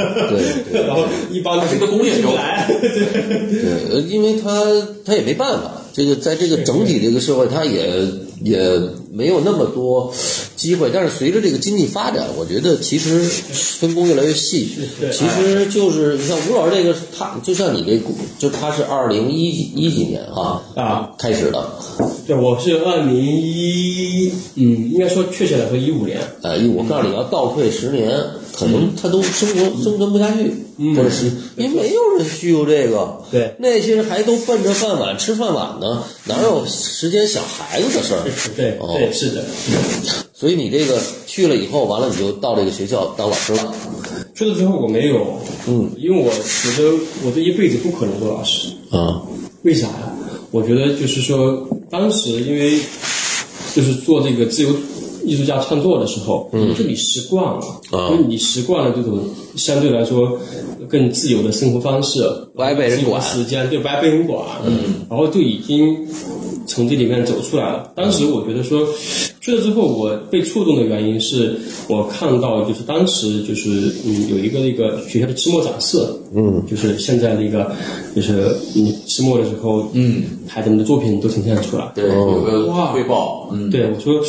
Speaker 1: 对
Speaker 3: 然后一般都
Speaker 2: 是一个工业
Speaker 3: 进不
Speaker 2: 标
Speaker 3: 来，对，
Speaker 1: 对，呃因为他他也没办法，这个在这个整体这个社会，他也也没有那么多机会。但是随着这个经济发展，我觉得其实分工越来越细。
Speaker 3: 对
Speaker 1: 其实就是你像吴老师这个，他就像你这股，就他是二零一一几年啊
Speaker 3: 啊
Speaker 1: 开始的，
Speaker 3: 对，我是二零一，嗯，应该说确切来说一五年，
Speaker 1: 哎，我告诉你，要倒退十年，可能他都生活生存不下去，或者是因为嗯没有人需要这个。
Speaker 3: 对
Speaker 1: 那些人还都奔着饭碗吃饭碗呢，哪有时间想孩子的事儿？
Speaker 3: 对
Speaker 1: 哦
Speaker 3: 对是的。
Speaker 1: 所以你这个去了以后，完了你就到这个学校当老师了。
Speaker 3: 去了之后我没有，嗯，因为我觉得我这一辈子不可能做老师，
Speaker 1: 啊，
Speaker 3: 为啥呀？我觉得就是说，当时因为就是做这个自由艺术家创作的时候，嗯，就你习惯了，
Speaker 1: 啊
Speaker 3: 因为你习惯了这种相对来说更自由的生活方式，
Speaker 1: 不爱被人管
Speaker 3: 自由的时间对，不爱被人管，嗯，然后就已经从这里面走出来了。当时我觉得说，去了之后我被触动的原因是我看到就是当时就是嗯有一个那个学校的期末展示，嗯，就是现在那个就是你期末的时候，嗯，孩子们的作品都呈现出来，
Speaker 1: 哦
Speaker 2: 对，有个
Speaker 3: 哇
Speaker 2: 汇报，嗯，
Speaker 3: 对，我说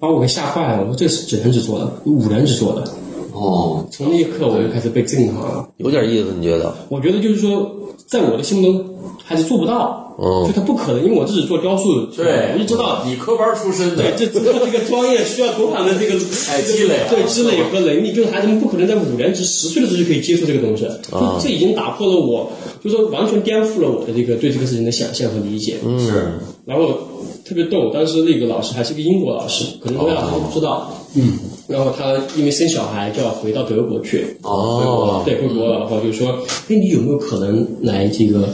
Speaker 3: 把我给吓坏了，我说这是几人制作的，五人制作的。
Speaker 1: 嗯
Speaker 2: 哦，
Speaker 3: 从那一刻我就开始被震撼了。
Speaker 1: 有点意思，你觉得？
Speaker 3: 我觉得就是说，在我的心目中还是做不到，
Speaker 1: 哦
Speaker 3: 就他不可能，因为我自己做雕塑，
Speaker 2: 对，
Speaker 3: 我就知道。
Speaker 2: 理科班出身的，
Speaker 3: 这这这个专业需要多少的这个
Speaker 2: 哎积累啊
Speaker 3: 对积累和能力，就是孩子们不可能在五年级、十岁的时候就可以接触这个东西，
Speaker 2: 啊
Speaker 3: 就这已经打破了我，就是说完全颠覆了我的这个对这个事情的想象和理解。
Speaker 2: 是
Speaker 3: 然后特别逗，当时那个老师还是个英国老师，可能大家
Speaker 2: 哦
Speaker 3: 都不知道。嗯。然后他因为生小孩就要回到德国去，
Speaker 1: 哦，
Speaker 3: 对，回国了，然后就说，哎，你有没有可能来这个？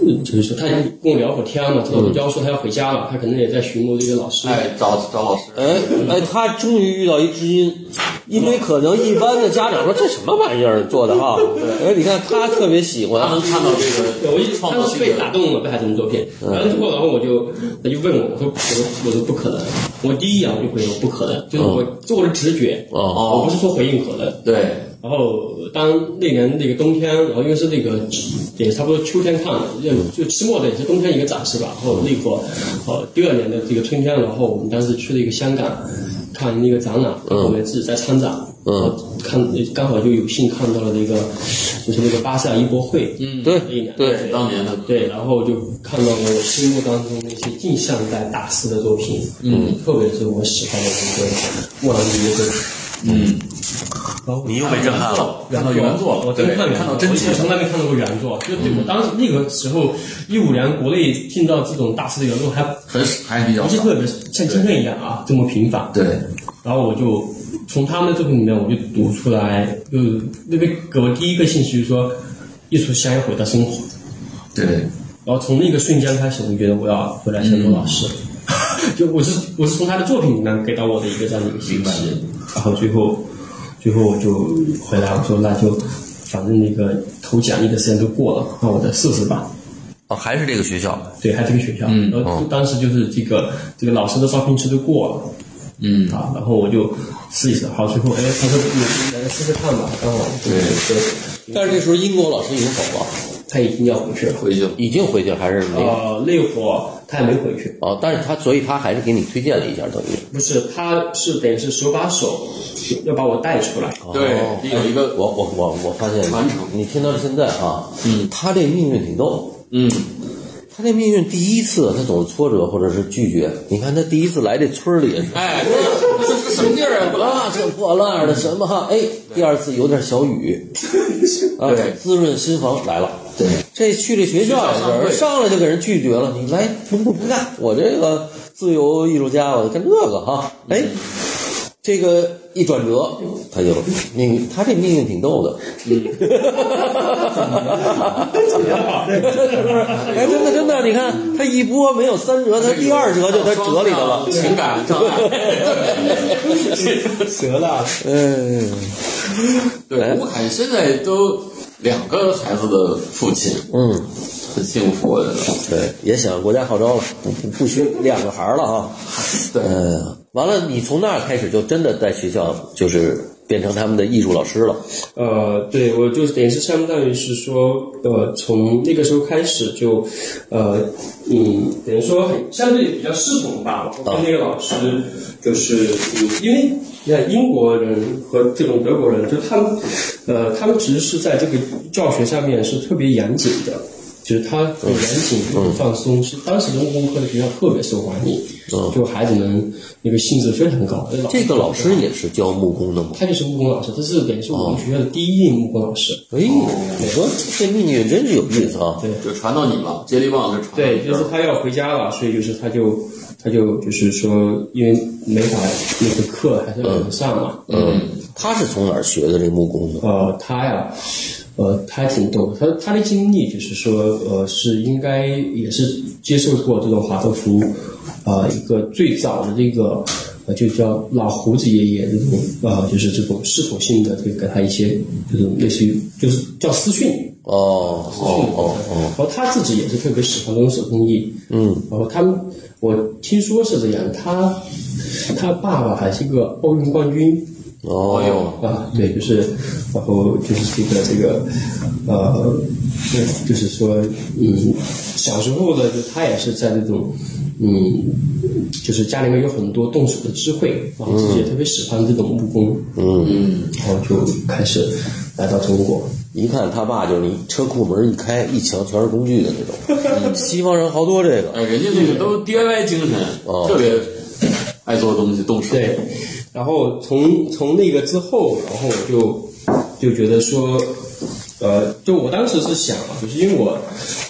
Speaker 3: 呃就是说，他跟我聊会儿天嘛，知道我教授他要回家了，他可能也在寻摸这个老师。
Speaker 2: 嗯哎，找找老师，
Speaker 1: 哎哎，他终于遇到一知音，因为可能一般的家长说这什么玩意儿做的哈，哎，你看他特别喜
Speaker 2: 他能
Speaker 1: 欢，
Speaker 2: 看到这
Speaker 3: 对，我一
Speaker 2: 个创
Speaker 3: 当
Speaker 2: 作
Speaker 3: 时
Speaker 2: 性
Speaker 3: 被
Speaker 2: 的
Speaker 3: 打动了，被孩子们作品。
Speaker 1: 嗯
Speaker 3: 完了之后，然后我就他就问我，我说我我说不可能，我第一眼我就回我不可能，就是我这我的直觉，
Speaker 1: 哦
Speaker 3: 我不是说回应可能，
Speaker 2: 对。
Speaker 3: 然后当那年那个冬天，然后因为是那个也差不多秋天看的，就就期末的也是冬天一个展示吧。然后那个呃第二年的这个春天，然后我们当时去了一个香港看那个展览，然后我们自己在参展，
Speaker 1: 嗯
Speaker 3: 然后看刚好就有幸看到了那个就是那个巴塞尔艺博会，嗯，
Speaker 1: 对
Speaker 3: 那一年
Speaker 1: 对
Speaker 2: 对，当年的
Speaker 3: 对，然后就看到了我心目当中那些镜像在大师的作品，嗯，特别是我喜欢的那个莫兰迪的作品。
Speaker 2: 嗯，
Speaker 3: 然后
Speaker 1: 你又被震撼了，
Speaker 2: 看到原作了，
Speaker 3: 我真
Speaker 2: 对
Speaker 3: 看原作
Speaker 2: 看到真
Speaker 3: 我
Speaker 2: 迹，
Speaker 3: 从来没看到过原作。就对我当时那个时候，一五年国内进到这种大师的原作还
Speaker 2: 很还比较
Speaker 3: 不是
Speaker 2: 少。
Speaker 3: 特别像今天一样啊这么频繁。
Speaker 2: 对，
Speaker 3: 然后我就从他们的作品里面，我就读出来，就那个给我第一个信息就是说，艺术相应回到生活。
Speaker 2: 对，
Speaker 3: 然后从那个瞬间开始，我觉得我要回来先做老师。 就我是我是从他的作品里面给到我的一个这样的一个信息，然后最后最后我就回来，我说那就反正那个投简历的时间都过了，那我再试试吧。
Speaker 1: 哦，还是这个学校，
Speaker 3: 对，还这个学校，然后就当时就是这个这个老师的招聘期都过了。
Speaker 2: 嗯，
Speaker 3: 啊，然后我就试一试，好，最后哎，他说你来试试看吧，刚好对，
Speaker 1: 但是这时候英国老师已经走了，
Speaker 3: 他已经要回去了，
Speaker 2: 回去了。
Speaker 1: 已经回去了还是没有？
Speaker 3: 呃，那会儿他还没回去，
Speaker 1: 哦，但是他所以他还是给你推荐了一下，等于。
Speaker 3: 不是，他是等于是手把手要把我带出来。
Speaker 1: 哦
Speaker 2: 对，有一个，
Speaker 1: 我我我我发现
Speaker 2: 传承
Speaker 1: 你听到现在啊，嗯，他这命运挺逗，嗯，他这命运第一次他总是挫折或者是拒绝。你看他第一次来这村儿里，
Speaker 2: 哎，
Speaker 1: 这是什么地儿啊？这破烂儿的什么哈？哎，第二次有点小雨，啊
Speaker 2: 对，
Speaker 1: 滋润心房来了。
Speaker 2: 对，
Speaker 1: 这去这学校也
Speaker 2: 学校上
Speaker 1: 是
Speaker 2: 会
Speaker 1: 上来就给人拒绝了，你来不不不干，我这个自由艺术家，我就干这个哈。哎，这个一转折，他就命运，他这命运挺逗的，嗯，哎，真的真的，你看他一波没有三折，他第二折就他折里头了。
Speaker 2: 情感障
Speaker 1: 啊
Speaker 2: 碍。
Speaker 3: 折了，
Speaker 1: 嗯，
Speaker 2: 对，吴凯现在都两个孩子的父亲，
Speaker 1: 嗯，
Speaker 2: 很幸福，我觉得。
Speaker 1: 对，也响国家号召了，不不不许两个孩儿了 啊。
Speaker 2: 对
Speaker 1: 嗯，完了，你从那儿开始就真的在学校就是变成他们的艺术老师了。
Speaker 3: 呃，对我就是等于是相当于是说，呃，从那个时候开始就，呃，嗯，等于说很相对比较适从吧。我跟那个老师就是，嗯，因为你看英国人和这种德国人，就他们，呃，他们其实是在这个教学上面是特别严谨的。就是它的严谨、度放松，是当时文工科的学校特别受欢迎，就孩子们那个兴致非常高。
Speaker 1: 嗯这个老师也是教木工的吗？
Speaker 3: 他就是木工老师，他是等于是我们学校的第一任木工老师。
Speaker 1: 哎，你说这命运真是有意思啊！
Speaker 3: 对
Speaker 2: 就传到你了，接力棒就传到
Speaker 3: 对，
Speaker 2: 你
Speaker 3: 就是
Speaker 2: 了。
Speaker 3: 他要回家了，所以就是他就他就就是说，因为没法那个课还是晚上上嘛，
Speaker 1: 嗯，他是从哪儿学的这木工的？
Speaker 3: 呃，他呀，呃，他还挺逗。他他的经历就是说，呃，是应该也是接受过这种华德福，呃，一个最早的这个，呃，就叫老胡子爷爷这种，呃，就是这种系统性的，这个给他一些这种类似于就是叫私训。
Speaker 1: 哦哦哦
Speaker 3: 然后他自己也是特别喜欢这种手工艺，嗯，然后他们，我听说是这样，他他爸爸还是个奥运冠军，
Speaker 1: 哦哦，
Speaker 3: 啊，对，就是，然后就是这个这个，呃，对就是说，嗯，小时候呢，就他也是在这种，嗯，就是家里面有很多动手的智慧，然后自
Speaker 1: 嗯
Speaker 3: 己也特别喜欢这种木工，嗯嗯，然后就开始来到中国，
Speaker 1: 一看他爸就是你车库门一开，一墙全是工具的那 种。西方人好多这个，
Speaker 2: 哎，人家这个都 DIY 精神，
Speaker 1: 哦
Speaker 2: 特别爱做东西，动手。
Speaker 3: 对，然后从从那个之后，然后我就就觉得说，呃，就我当时是想啊，就是因为我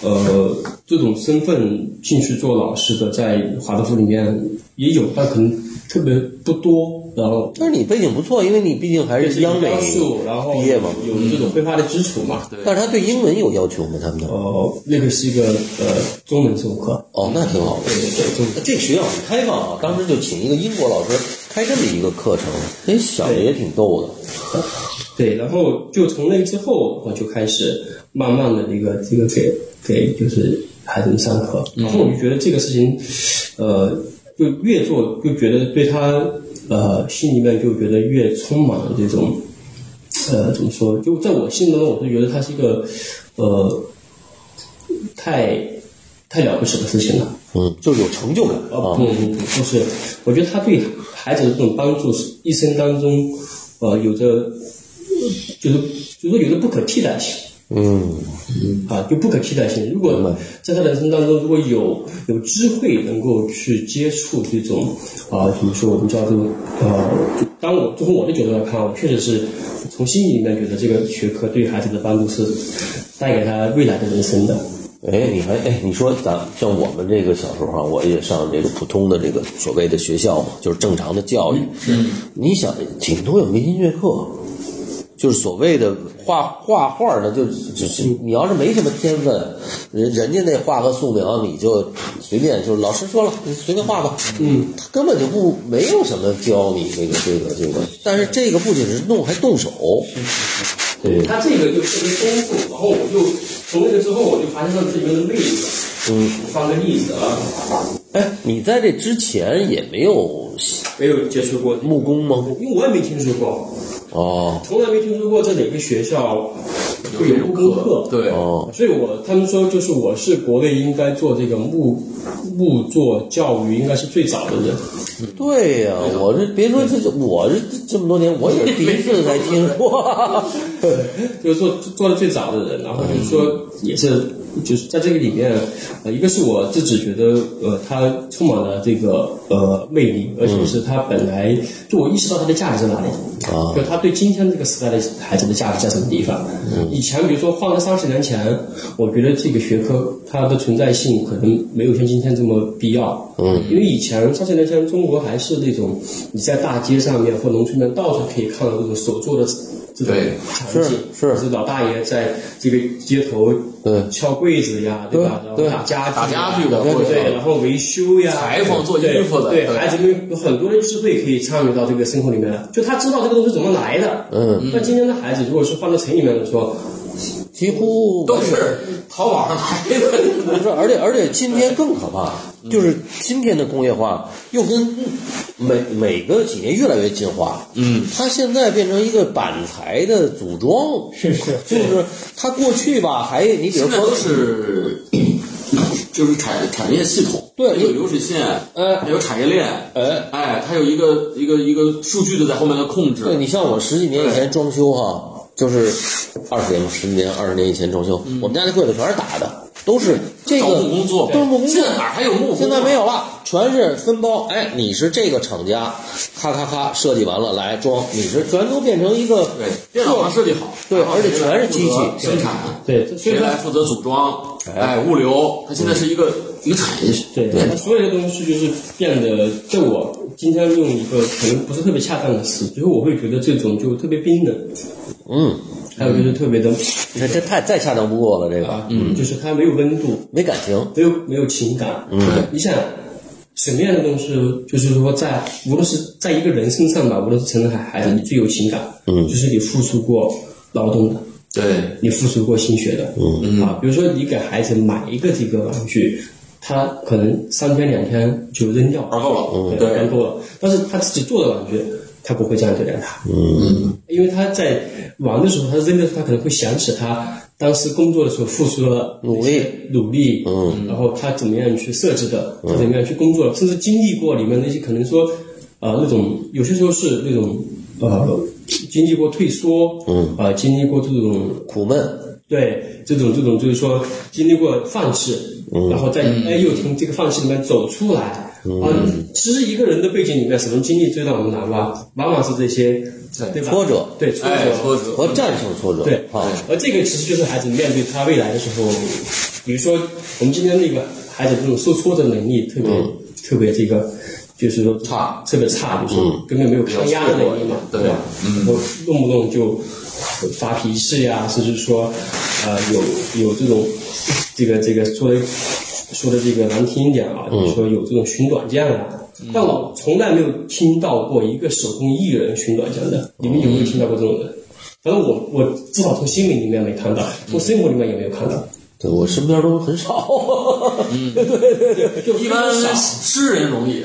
Speaker 3: 呃这种身份进去做老师的，在华德福里面也有，但可能特别不多。然后
Speaker 1: 但是你背景不错，因为你毕竟还是央美
Speaker 3: 美术，然后
Speaker 1: 毕业嘛。
Speaker 3: 有这种绘画的基础嘛。
Speaker 1: 但是他对英文有要求吗？他们那儿
Speaker 3: 呃，那个是一个呃中文授课，
Speaker 1: 哦，那挺好的。
Speaker 3: 对对中文
Speaker 1: 这学校很开放啊，当时就请一个英国老师开这么一个课程，哎，想的也挺逗的。
Speaker 3: 对，然后就从那个之后，我就开始慢慢的这个这个给给就是孩子们上课，然后我就觉得这个事情，呃，就越做就觉得对他呃心里面就觉得越充满了这种，呃，怎么说？就在我心中，我是觉得他是一个呃太太了不起的事情了。
Speaker 1: 嗯，就是有成就感
Speaker 3: 呃，
Speaker 1: 啊
Speaker 3: 不。不不，不是，我觉得他对孩子的这种帮助是一生当中，呃，有着，呃就是就是说有着不可替代性
Speaker 1: 嗯，
Speaker 3: 啊，就不可替代性。如果在他人生当中，如果有有智慧能够去接触这种啊、怎么说，我们叫做呃，当我就从我的角度来看，我确实是从心里面觉得这个学科对孩子的帮助是带给他未来的人生的。
Speaker 1: 哎，你还哎，你说咱像我们这个小时候啊，我也上这个普通的这个所谓的学校嘛，就是正常的教育。嗯，你想，顶多有民音乐课，就是所谓的画画画的，就是就是你要是没什么天分，人人家那画个素描，你就随便就是老师说了，你随便画吧。嗯，他根本就不没有什么教你这个这个这个，但是这个不仅是弄，还动手。对，
Speaker 3: 他这个就特别丰富，然后我就从那个之后，我就发现到这里面的魅力。
Speaker 1: 嗯，
Speaker 3: 我放个例子啊，
Speaker 1: 哎，你在这之前也没有
Speaker 3: 没有接触过，
Speaker 1: 木工吗？
Speaker 3: 因为我也没听说过，
Speaker 1: 哦
Speaker 3: 从来没听说过在哪个学校会有木工课。
Speaker 2: 对，
Speaker 1: 哦，
Speaker 3: 所以我他们说就是我是国内应该做这个木木作教育应该是最早的人。
Speaker 1: 对呀、我这别说这，我这这么多年，我也是第一次才听说。
Speaker 3: 就是做做的最早的人，然后就是说也是就是在这个里面，呃，一个是我自己觉得呃，它充满了这个呃魅力，而且是它本来就我意识到它的价值在哪里，
Speaker 1: 啊
Speaker 3: 就它对今天这个时代的孩子的价值在什么地方。以前比如说放在三十年前，我觉得这个学科它的存在性可能没有像今天这么必要。嗯，因为以前三十年前中国还是那种你在大街上面或农村里面到处可以看到这种手做的。这种
Speaker 2: 对
Speaker 3: 场景
Speaker 1: 是是
Speaker 3: 是老大爷在这个街头
Speaker 1: 对
Speaker 3: 敲柜子呀，
Speaker 1: 对
Speaker 3: 吧？
Speaker 1: 对
Speaker 3: 然后打家
Speaker 2: 打家具的
Speaker 3: 的，
Speaker 2: 或者
Speaker 3: 对，然后维修呀，
Speaker 2: 裁缝做衣服的
Speaker 3: 对，
Speaker 2: 对
Speaker 3: 对孩子们有很多的智慧可以参与到这个生活里面来，就他知道这个东西怎么来的。
Speaker 1: 嗯，
Speaker 3: 那今天的孩子，如果是放到城里面来说，
Speaker 1: 几乎
Speaker 2: 都是淘宝上来的。
Speaker 1: 不是，而且而且今天更可怕，就是今天的工业化又跟每每个企业越来越进化。嗯，它现在变成一个板材的组装，
Speaker 4: 是是，
Speaker 1: 就是它过去吧，还你比如
Speaker 2: 现在
Speaker 1: 说
Speaker 2: 都是就是产产业系统，
Speaker 1: 对
Speaker 2: 它有流水线，
Speaker 1: 哎
Speaker 2: 它有产业链，
Speaker 1: 哎
Speaker 2: 哎，它有一个一个一个数据的在后面的控制，
Speaker 1: 对你像我十几年以前装修哈、就是二十年吧，十几年、二十年以前装修，我们家那柜子全是打的，都是这
Speaker 2: 嗯招
Speaker 1: 个
Speaker 2: 募工作，
Speaker 1: 都是木工
Speaker 2: 现
Speaker 1: 作
Speaker 2: 在哪还有木工？
Speaker 1: 现在没有了，全是分包。哎，你是这个厂家，咔咔咔设计完了来装，你是全都变成一个
Speaker 2: 对，电脑上设计好，
Speaker 1: 对
Speaker 2: 然后
Speaker 1: 而且全是机器
Speaker 2: 谁来负责生产，
Speaker 3: 对，所以
Speaker 2: 谁
Speaker 3: 它
Speaker 2: 来负责组装？哎，物流，它现在是一个一个产业。
Speaker 3: 嗯对，它所有的东西就是变得，在我今天用一个可能不是特别恰当的词，就是我会觉得这种就特别冰冷，
Speaker 1: 嗯，
Speaker 3: 还有就是特别的
Speaker 1: 这这太再恰当不过了，这个
Speaker 3: 啊，嗯，就是它没有温度，
Speaker 1: 没感情。
Speaker 3: 没有没有情感。嗯，你想什么样的东西，就是说在无论是在一个人身上吧，无论是成人还孩子，你最有情感，嗯，就是你付出过劳动的，
Speaker 2: 对，
Speaker 3: 你付出过心血的，嗯啊，比如说你给孩子买一个这个玩具，他可能三天两天就扔掉，
Speaker 2: 玩够了，
Speaker 3: 嗯对，
Speaker 2: 对
Speaker 3: 玩够了，但是他自己做的玩具。他不会这样对待他，嗯，因为他在玩的时候，他扔的时候，他可能会想起他当时工作的时候付出了
Speaker 1: 努力，
Speaker 3: 努力，嗯，然后他怎么样去设计的，他怎么样去工作的，甚至经历过里面那些可能说，呃，那种有些时候是那种呃，经历过退缩，嗯，啊、经历过这种
Speaker 1: 苦闷，
Speaker 3: 对，这种这种就是说经历过放弃，
Speaker 1: 嗯
Speaker 3: 然后再哎又从这个放弃里面走出来。啊，其实一个人的背景里面，什么经历最让我们难忘？往往是这些，呃对吧？
Speaker 1: 挫折
Speaker 3: 对挫
Speaker 2: 哎，
Speaker 3: 折，
Speaker 2: 说
Speaker 1: 和战胜挫折。
Speaker 3: 对
Speaker 1: 啊，
Speaker 3: 而这个其实就是孩子面对他未来的时候，比如说我们今天那个孩子这种受挫的能力特别、特别这个。就是说
Speaker 2: 差，
Speaker 3: 特别差，就是根本没有抗压的能力嘛，
Speaker 2: 对
Speaker 3: 吧？我动不动就发脾气呀、甚至说，呃，有有这种，这个这个说的说的这个难听一点啊，就是说有这种寻短见啊。但我从来没有听到过一个手工艺人寻短见的，你们有没有听到过这种人？反正我我至少从新闻里面没看到，从生活里面也没有看到。
Speaker 1: 对我身边都很少。
Speaker 3: 就
Speaker 2: 一般
Speaker 3: 少
Speaker 2: 诗人容易，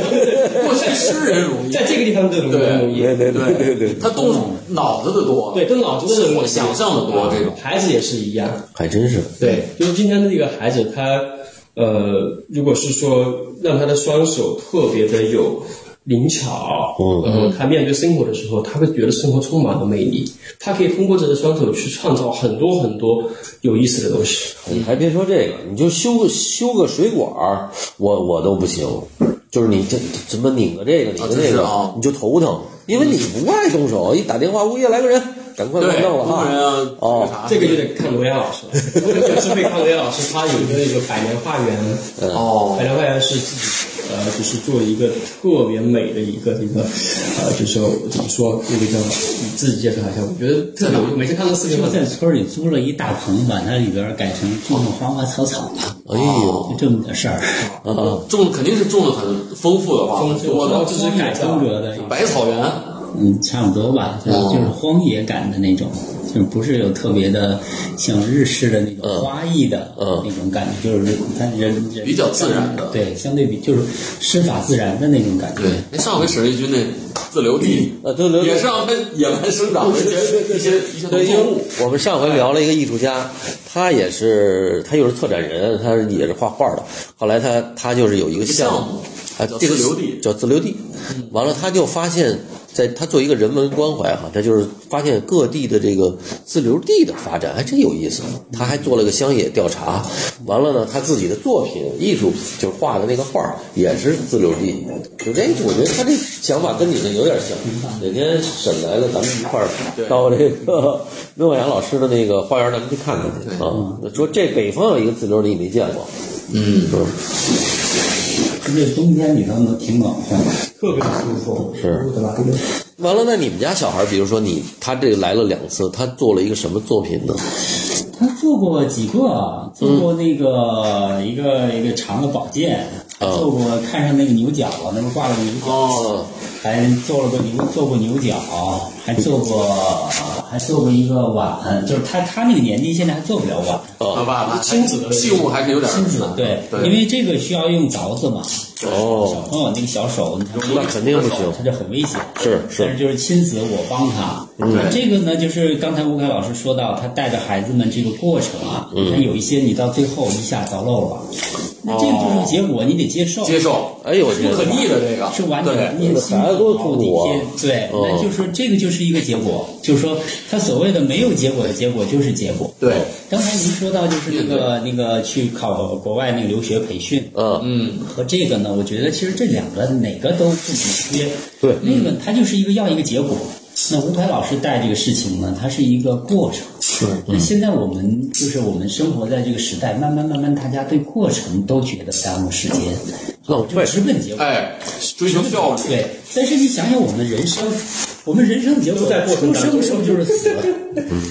Speaker 2: 过去诗人容易，
Speaker 3: 在这个地方这种
Speaker 2: 对
Speaker 3: 容易，
Speaker 1: 对对对对
Speaker 2: 他动脑子的多，
Speaker 3: 对，跟脑子的人啊
Speaker 2: 想象的多这种
Speaker 3: 孩子也是一样。
Speaker 1: 还真是。
Speaker 3: 对，就是今天的这个孩子，他呃，如果是说让他的双手特别的有灵巧，
Speaker 1: 嗯
Speaker 3: 然后他面对生活的时候，他会觉得生活充满了魅力，他可以通过这个双手去创造很多很多有意思的东西。
Speaker 1: 你还别说这个，你就修个修个水管儿，我我都不行。就是你这这怎么拧个这个拧个
Speaker 2: 啊
Speaker 1: 那
Speaker 2: 这是
Speaker 1: 个，
Speaker 2: 啊
Speaker 1: 你就头疼，因为你不爱动手。一打电话，物业来个人，赶快给我
Speaker 2: 对，
Speaker 1: 弄了
Speaker 2: 工
Speaker 1: 啊！
Speaker 2: 人啊，
Speaker 1: 哦
Speaker 2: 啥
Speaker 3: 这个就得看罗阳老 师了，就是被看罗阳老师，他有一个那个百年花园，
Speaker 1: 嗯
Speaker 2: 哦
Speaker 3: 百，年花园是自己呃，就是做一个特别美的一个这个呃，就是说怎么说那个叫你自己介绍一下，我觉得特别，我每次看到视频
Speaker 4: 就
Speaker 3: 我
Speaker 4: 在村里租了一大棚，把它里边改成种种花花草草了，
Speaker 1: 哎呦，
Speaker 4: 就这么点事儿。
Speaker 1: 啊，
Speaker 2: 种肯定是种的很丰富的话，
Speaker 3: 丰
Speaker 2: 很
Speaker 3: 富
Speaker 2: 多
Speaker 3: 然后
Speaker 2: 的
Speaker 3: 这是改造
Speaker 4: 风格的一个，
Speaker 2: 百草园，
Speaker 4: 嗯，差不多吧，就是
Speaker 2: 哦
Speaker 4: 就是荒野感的那种，就是不是有特别的像日式的那种花艺的
Speaker 1: 嗯
Speaker 4: 那种感觉，就是它人人
Speaker 2: 比较自然的
Speaker 4: 对，相对比就是施法自然的那种感觉。
Speaker 2: 对，哎，上回史瑞军那自留地
Speaker 1: 呃，对
Speaker 3: 嗯
Speaker 1: 对对，
Speaker 2: 也是让它野蛮生长的一些一些一些农
Speaker 1: 对，因
Speaker 2: 作
Speaker 1: 为
Speaker 2: 物，
Speaker 1: 我们上回聊了一个艺术家，他也是他又是策展人，他也是画画的。后来他他就是有一个项
Speaker 2: 项目
Speaker 1: 啊，
Speaker 2: 叫
Speaker 1: 这个
Speaker 2: 自留地嗯
Speaker 1: 叫自留地。完了，他就发现，在他做一个人文关怀哈，他就是发现各地的这个自留地的发展还真有意思。
Speaker 2: 嗯
Speaker 1: 他还做了个乡野调查，完了呢，他自己的作品艺术就是画的那个画儿也是自留地，就这，我觉得他这想法跟你的有点像。哪天沈来了，咱们一块儿到这个 诺亚老师的那个花园，咱们去看看去啊。说这北方有一个自留地没见过，
Speaker 2: 嗯，
Speaker 1: 是吧
Speaker 4: 这冬天里头呢挺暖和的，
Speaker 3: 特别舒服，
Speaker 1: 是
Speaker 3: 对吧？这个
Speaker 1: 完了，那你们家小孩，比如说你，他这个来了两次，他做了一个什么作品呢？
Speaker 4: 他做过几个啊，做过那个、一个一个长的宝剑，还
Speaker 1: 哦
Speaker 4: 做过看上那个牛角，那不挂了个牛角，
Speaker 1: 哦，
Speaker 4: 还做了个牛，做过牛角，还做过还做过一个碗，就是他他那个年纪现在还做不了碗。
Speaker 2: 好
Speaker 1: 啊
Speaker 2: 吧，
Speaker 3: 亲子的
Speaker 2: 器物还是有点
Speaker 4: 亲子对，因为这个需要用凿子嘛，小
Speaker 1: 哦，
Speaker 4: 朋友那个小手，你看
Speaker 1: 那肯定不行。
Speaker 4: 他就很危险。
Speaker 1: 是是嗯
Speaker 4: 但是就是亲子，我帮他。
Speaker 2: 对
Speaker 4: 这个呢，就是刚才吴凯老师说
Speaker 1: 嗯
Speaker 4: 到，他带着孩子们这个过程啊，他有一些你到最后一下凿漏了，那这个就是结果，你得接受。
Speaker 2: 哦接受，
Speaker 1: 哎呦我
Speaker 2: 不
Speaker 1: 天
Speaker 2: 可逆的这个
Speaker 4: 是完
Speaker 2: 对
Speaker 4: 全你心里
Speaker 1: 孩子多
Speaker 4: 好
Speaker 1: 痛
Speaker 4: 你
Speaker 1: 苦啊
Speaker 4: 贴对，
Speaker 1: 嗯
Speaker 4: 那就是这个就是一个结果，就是说他所谓的没有结果的结果就是结果。
Speaker 2: 对，
Speaker 4: 刚才您说到就是那个那个去考国外那个留学培训，
Speaker 1: 嗯，
Speaker 2: 嗯，
Speaker 4: 和这个呢，我觉得其实这两个哪个都不直接。
Speaker 1: 对
Speaker 4: 那个它就是一个要一个结果。那吴凯老师带这个事情呢，它是一个过程。
Speaker 2: 是
Speaker 3: 嗯
Speaker 4: 那现在我们就是我们生活在这个时代，慢慢慢慢，大家对过程都觉得耽误时间，啊
Speaker 1: 浪
Speaker 4: 就
Speaker 1: 费，
Speaker 4: 直奔结
Speaker 3: 啊
Speaker 4: 果。
Speaker 2: 哎，追求效率，
Speaker 4: 对，但是你想想我们人生，我们人生的结果
Speaker 3: 都在过程
Speaker 4: 出
Speaker 3: 当中嗯
Speaker 4: 生的时候就是死了，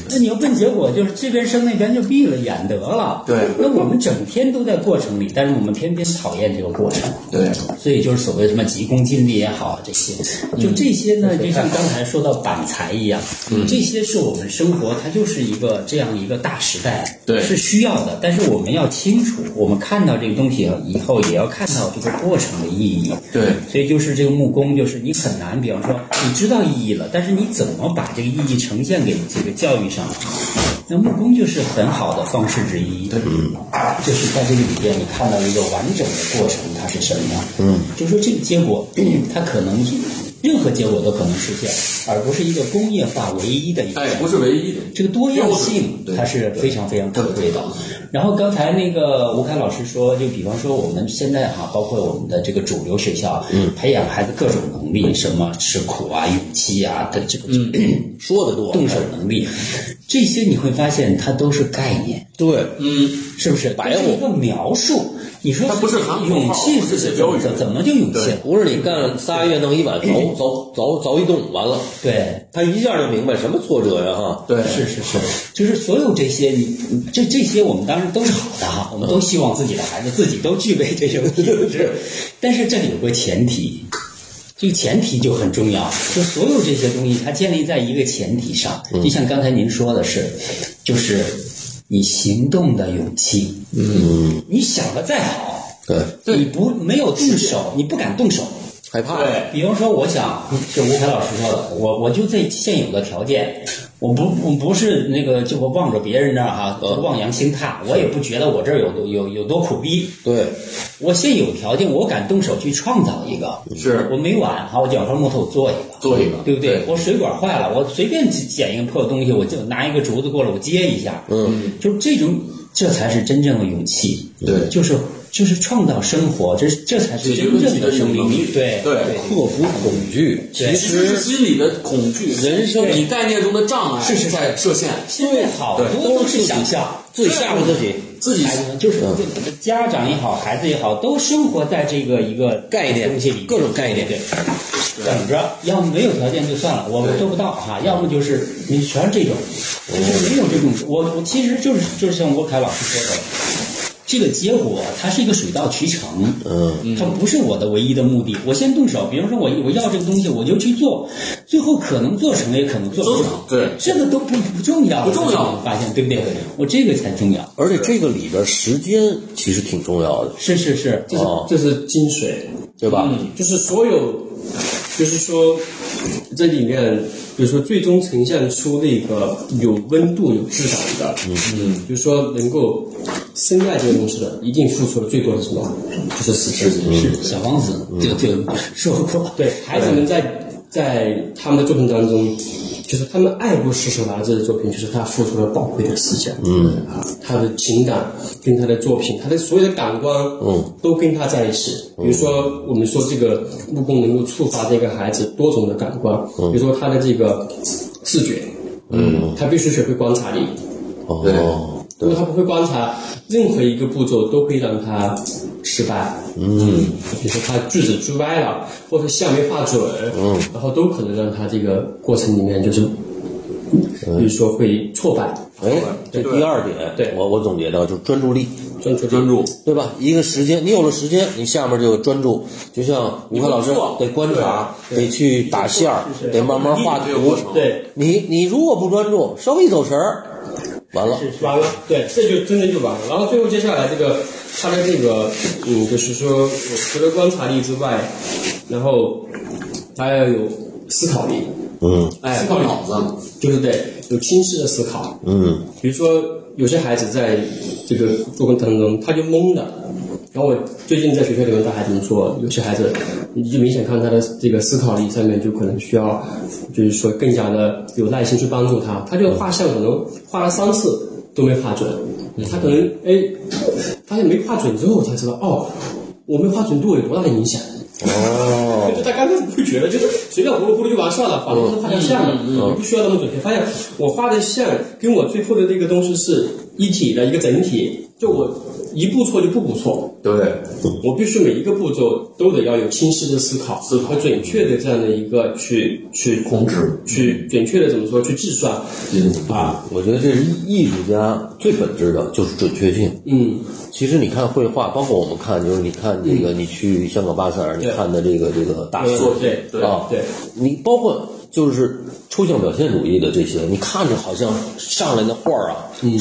Speaker 4: 那你要奔结果就是这边生那边就闭了眼得了。
Speaker 2: 对
Speaker 4: 那我们整天都在过程里，但是我们偏偏讨厌这个过程。
Speaker 2: 对，
Speaker 4: 所以就是所谓什么急功近利也好，这些就这些呢，就嗯像刚才说到板材一样，这些是我们生活，它就是一个这样一个大时代，
Speaker 2: 对
Speaker 4: 是需要的。但是我们要清楚，我们看到这个东西以后，也要看到这个过程的意义。
Speaker 2: 对，
Speaker 4: 所以就是这个木工，就是你很难，比方说你知道意义了，但是你怎么把这个意义呈现给这个教育上？那木工就是很好的方式之一。对，就是在这个里边，你看到一个完整的过程，它是什么样？嗯，就说这个结果， 它可能任何结果都可能实现，而不是一个工业化唯一的一个。
Speaker 2: 哎，不是唯一的，
Speaker 4: 这个多样性
Speaker 2: 对
Speaker 4: 它是非常非常可贵的。然后刚才那个吴凯老师说，就比方说我们现在哈、包括我们的这个主流学校，嗯，培养孩子各种能力，什么吃苦啊、勇气啊的这个、
Speaker 2: 嗯
Speaker 1: 说的多，
Speaker 4: 动手能力，这些你会发现它都是概念，
Speaker 1: 对，
Speaker 2: 嗯，
Speaker 4: 是不是？
Speaker 1: 白话
Speaker 4: 它是一个描述。你说
Speaker 2: 它不是喊口号
Speaker 4: 勇气
Speaker 2: 不是写
Speaker 4: 怎
Speaker 2: 标语
Speaker 4: 怎怎么就勇气了？
Speaker 1: 不是你干仨月弄一晚，凿凿凿凿一洞，完了，
Speaker 4: 对，
Speaker 1: 他一下就明白什么挫折呀哈，
Speaker 2: 对，
Speaker 4: 是是是，就是所有这些，你这这些我们当然都是好的哈，我们都希望自己的孩子自己都具备这种品质，但是这里有个前提，这个前提就很重要，就所有这些东西它建立在一个前提上，就像刚才您说的是，就是你行动的勇气，嗯，你想的再好，
Speaker 1: 对，
Speaker 2: 对
Speaker 4: 你不没有动手，你不敢动手，
Speaker 1: 害怕，
Speaker 2: 对，
Speaker 4: 比方说，我想是吴凯老师说的，我我就这现有的条件，我不我不是那个，就我望着别人那儿哈、望洋兴叹，我也不觉得我这儿有有有多苦逼。
Speaker 1: 对，
Speaker 4: 我现有条件，我敢动手去创造一个。
Speaker 2: 是
Speaker 4: 我每晚哈，我找块木头我做一个，
Speaker 2: 做一个
Speaker 4: 对不对？我水管坏了，我随便捡一个破东西，我就拿一个竹子过来，我接一下。
Speaker 1: 嗯，
Speaker 4: 就这种，这才是真正的勇气。
Speaker 2: 对
Speaker 4: 就是就是创造生活，这是这才是
Speaker 2: 解决
Speaker 4: 真
Speaker 2: 问题
Speaker 4: 正
Speaker 2: 的
Speaker 4: 的生命
Speaker 2: 能
Speaker 4: 力
Speaker 2: 力。，
Speaker 4: 对
Speaker 2: 对。
Speaker 1: 克服恐惧，
Speaker 4: 对
Speaker 1: 其
Speaker 2: 其实是
Speaker 1: 实
Speaker 2: 心理的恐惧，
Speaker 1: 人生
Speaker 2: 你概念中的障碍
Speaker 4: 是是是
Speaker 2: 在设限，
Speaker 4: 现在好多
Speaker 2: 对
Speaker 4: 都是想象，
Speaker 1: 自己吓唬自己，
Speaker 2: 自己
Speaker 4: 孩子们就是家长也好，孩子也好，都生活在这个一个
Speaker 1: 概念
Speaker 4: 东西里，
Speaker 1: 各种概念
Speaker 4: 对，等着，要么没有条件就算了，我们做不到哈，要么就是你全是这种，
Speaker 2: 嗯
Speaker 4: 就是没有这种，我我其实就是就是像郭凯老师说的。这个结果它是一个水到渠成，
Speaker 1: 嗯，
Speaker 4: 它不是我的唯一的目的。我先动手，比如说我我要这个东西，我就去做，最后可能做成，也可能做不成。
Speaker 2: 对
Speaker 4: 这个都不不重要，
Speaker 2: 不重要
Speaker 4: 我发现对不对？我这个才重要。
Speaker 1: 而且这个里边时间其实挺重要的，
Speaker 4: 是是是，
Speaker 3: 这是
Speaker 1: 哦
Speaker 3: 这是精髓，
Speaker 1: 对吧？
Speaker 3: 嗯，就是所有，就是说这里面，比如说最终呈现出那个有温度、有质感的，嗯，比如说能够深爱这个东西的，一定付出的最多是什么？就是时间，
Speaker 2: 嗯
Speaker 3: 是
Speaker 4: 小王子就就说过，
Speaker 3: 对，孩子们在在他们的作品当中，就是他们爱不释手拿这个作品，就是他付出了宝贵的时间，嗯啊，他的情感跟他的作品，他的所有的感官，
Speaker 1: 嗯，
Speaker 3: 都跟他在一起。比如说，我们说这个木工能够触发这个孩子多种的感官，比如说他的这个视觉，嗯，他必须学会观察力，
Speaker 1: 哦，
Speaker 3: 如果他不会观察，任何一个步骤都会让他失败。嗯，比如说他句子句歪了，或者像没画准，嗯，然后都可能让他这个过程里面就是，比如说会挫败。
Speaker 1: 哎，这第二点，
Speaker 3: 对
Speaker 1: 我我总结到就是专注力，
Speaker 3: 专注力
Speaker 2: 专注，
Speaker 1: 对吧？一个时间，你有了时间，你下面就专注，就像吴凯老师
Speaker 2: 你不做
Speaker 1: 得观察，得去打线儿，得慢慢画
Speaker 2: 这个过
Speaker 1: 图。
Speaker 2: 程，
Speaker 3: 对，
Speaker 1: 你你如果不专注，稍微一走神儿，完了，
Speaker 3: 完了，对，这就真的就完了。然后最后接下来这个他的这个，嗯，就是说，我除了观察力之外，然后他要有思考力，
Speaker 1: 嗯
Speaker 2: 哎，动脑子，
Speaker 3: 就是得有清晰的思考，
Speaker 1: 嗯
Speaker 3: 比如说有些孩子在这个做工当中，他就懵的，然后我最近在学校里面带孩子们说，有些孩子你就明显看他的这个思考力上面就可能需要，就是说更加的有耐心去帮助他。他这个画像可能画了三次都没画准，他可能哎发现没画准之后才知道哦，我没画准对我有多大的影响。
Speaker 1: 哦，
Speaker 3: 就他刚开始不觉得，就是随便糊噜糊噜就完事儿了，反正就是画条
Speaker 2: 嗯
Speaker 3: 线嘛，你不需要那么准确。发现我画的线跟我最后的那个东西是一体的一个整体，就我一步错就步步错，
Speaker 2: 对，
Speaker 3: 我必须每一个步骤都得要有清晰的思考，思考和准确的这样的一个去去
Speaker 2: 控制
Speaker 3: 去准确的怎么说去计算啊，
Speaker 1: 我觉得这是艺术家最本质的，就是准确性。
Speaker 3: 嗯，
Speaker 1: 其实你看绘画，包括我们看，就是你看这个，你去香港巴塞尔，你
Speaker 3: 对
Speaker 1: 看的这个这个大师，
Speaker 3: 对对
Speaker 1: 啊，
Speaker 3: 对，
Speaker 1: 你包括就是抽象表现主义的这些，你看着好像上来的画儿啊，嗯，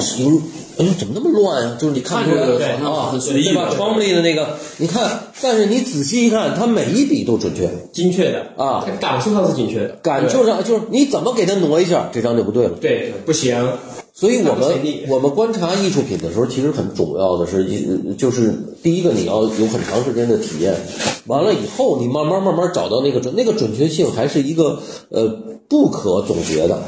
Speaker 1: 哎呦怎么那么乱呀、就是你看
Speaker 2: 看着
Speaker 1: 着
Speaker 2: 对
Speaker 1: 啊，
Speaker 2: 很随意
Speaker 1: 对吧？
Speaker 2: 对
Speaker 1: 窗户里的那个，你看，但是你仔细一看，它每一笔都准确，
Speaker 3: 精确的
Speaker 1: 啊，
Speaker 3: 感受上是精确的，
Speaker 1: 感受上就是你怎么给它挪一下，这张就不对了。
Speaker 3: 对不行，
Speaker 1: 所以我
Speaker 3: 看不
Speaker 1: 们
Speaker 3: 随意
Speaker 1: 我们观察艺术品的时候，其实很重要的是一就是第一个你要有很长时间的体验，完了以后你慢慢慢慢找到那个准那个准确性，还是一个呃不可总结的，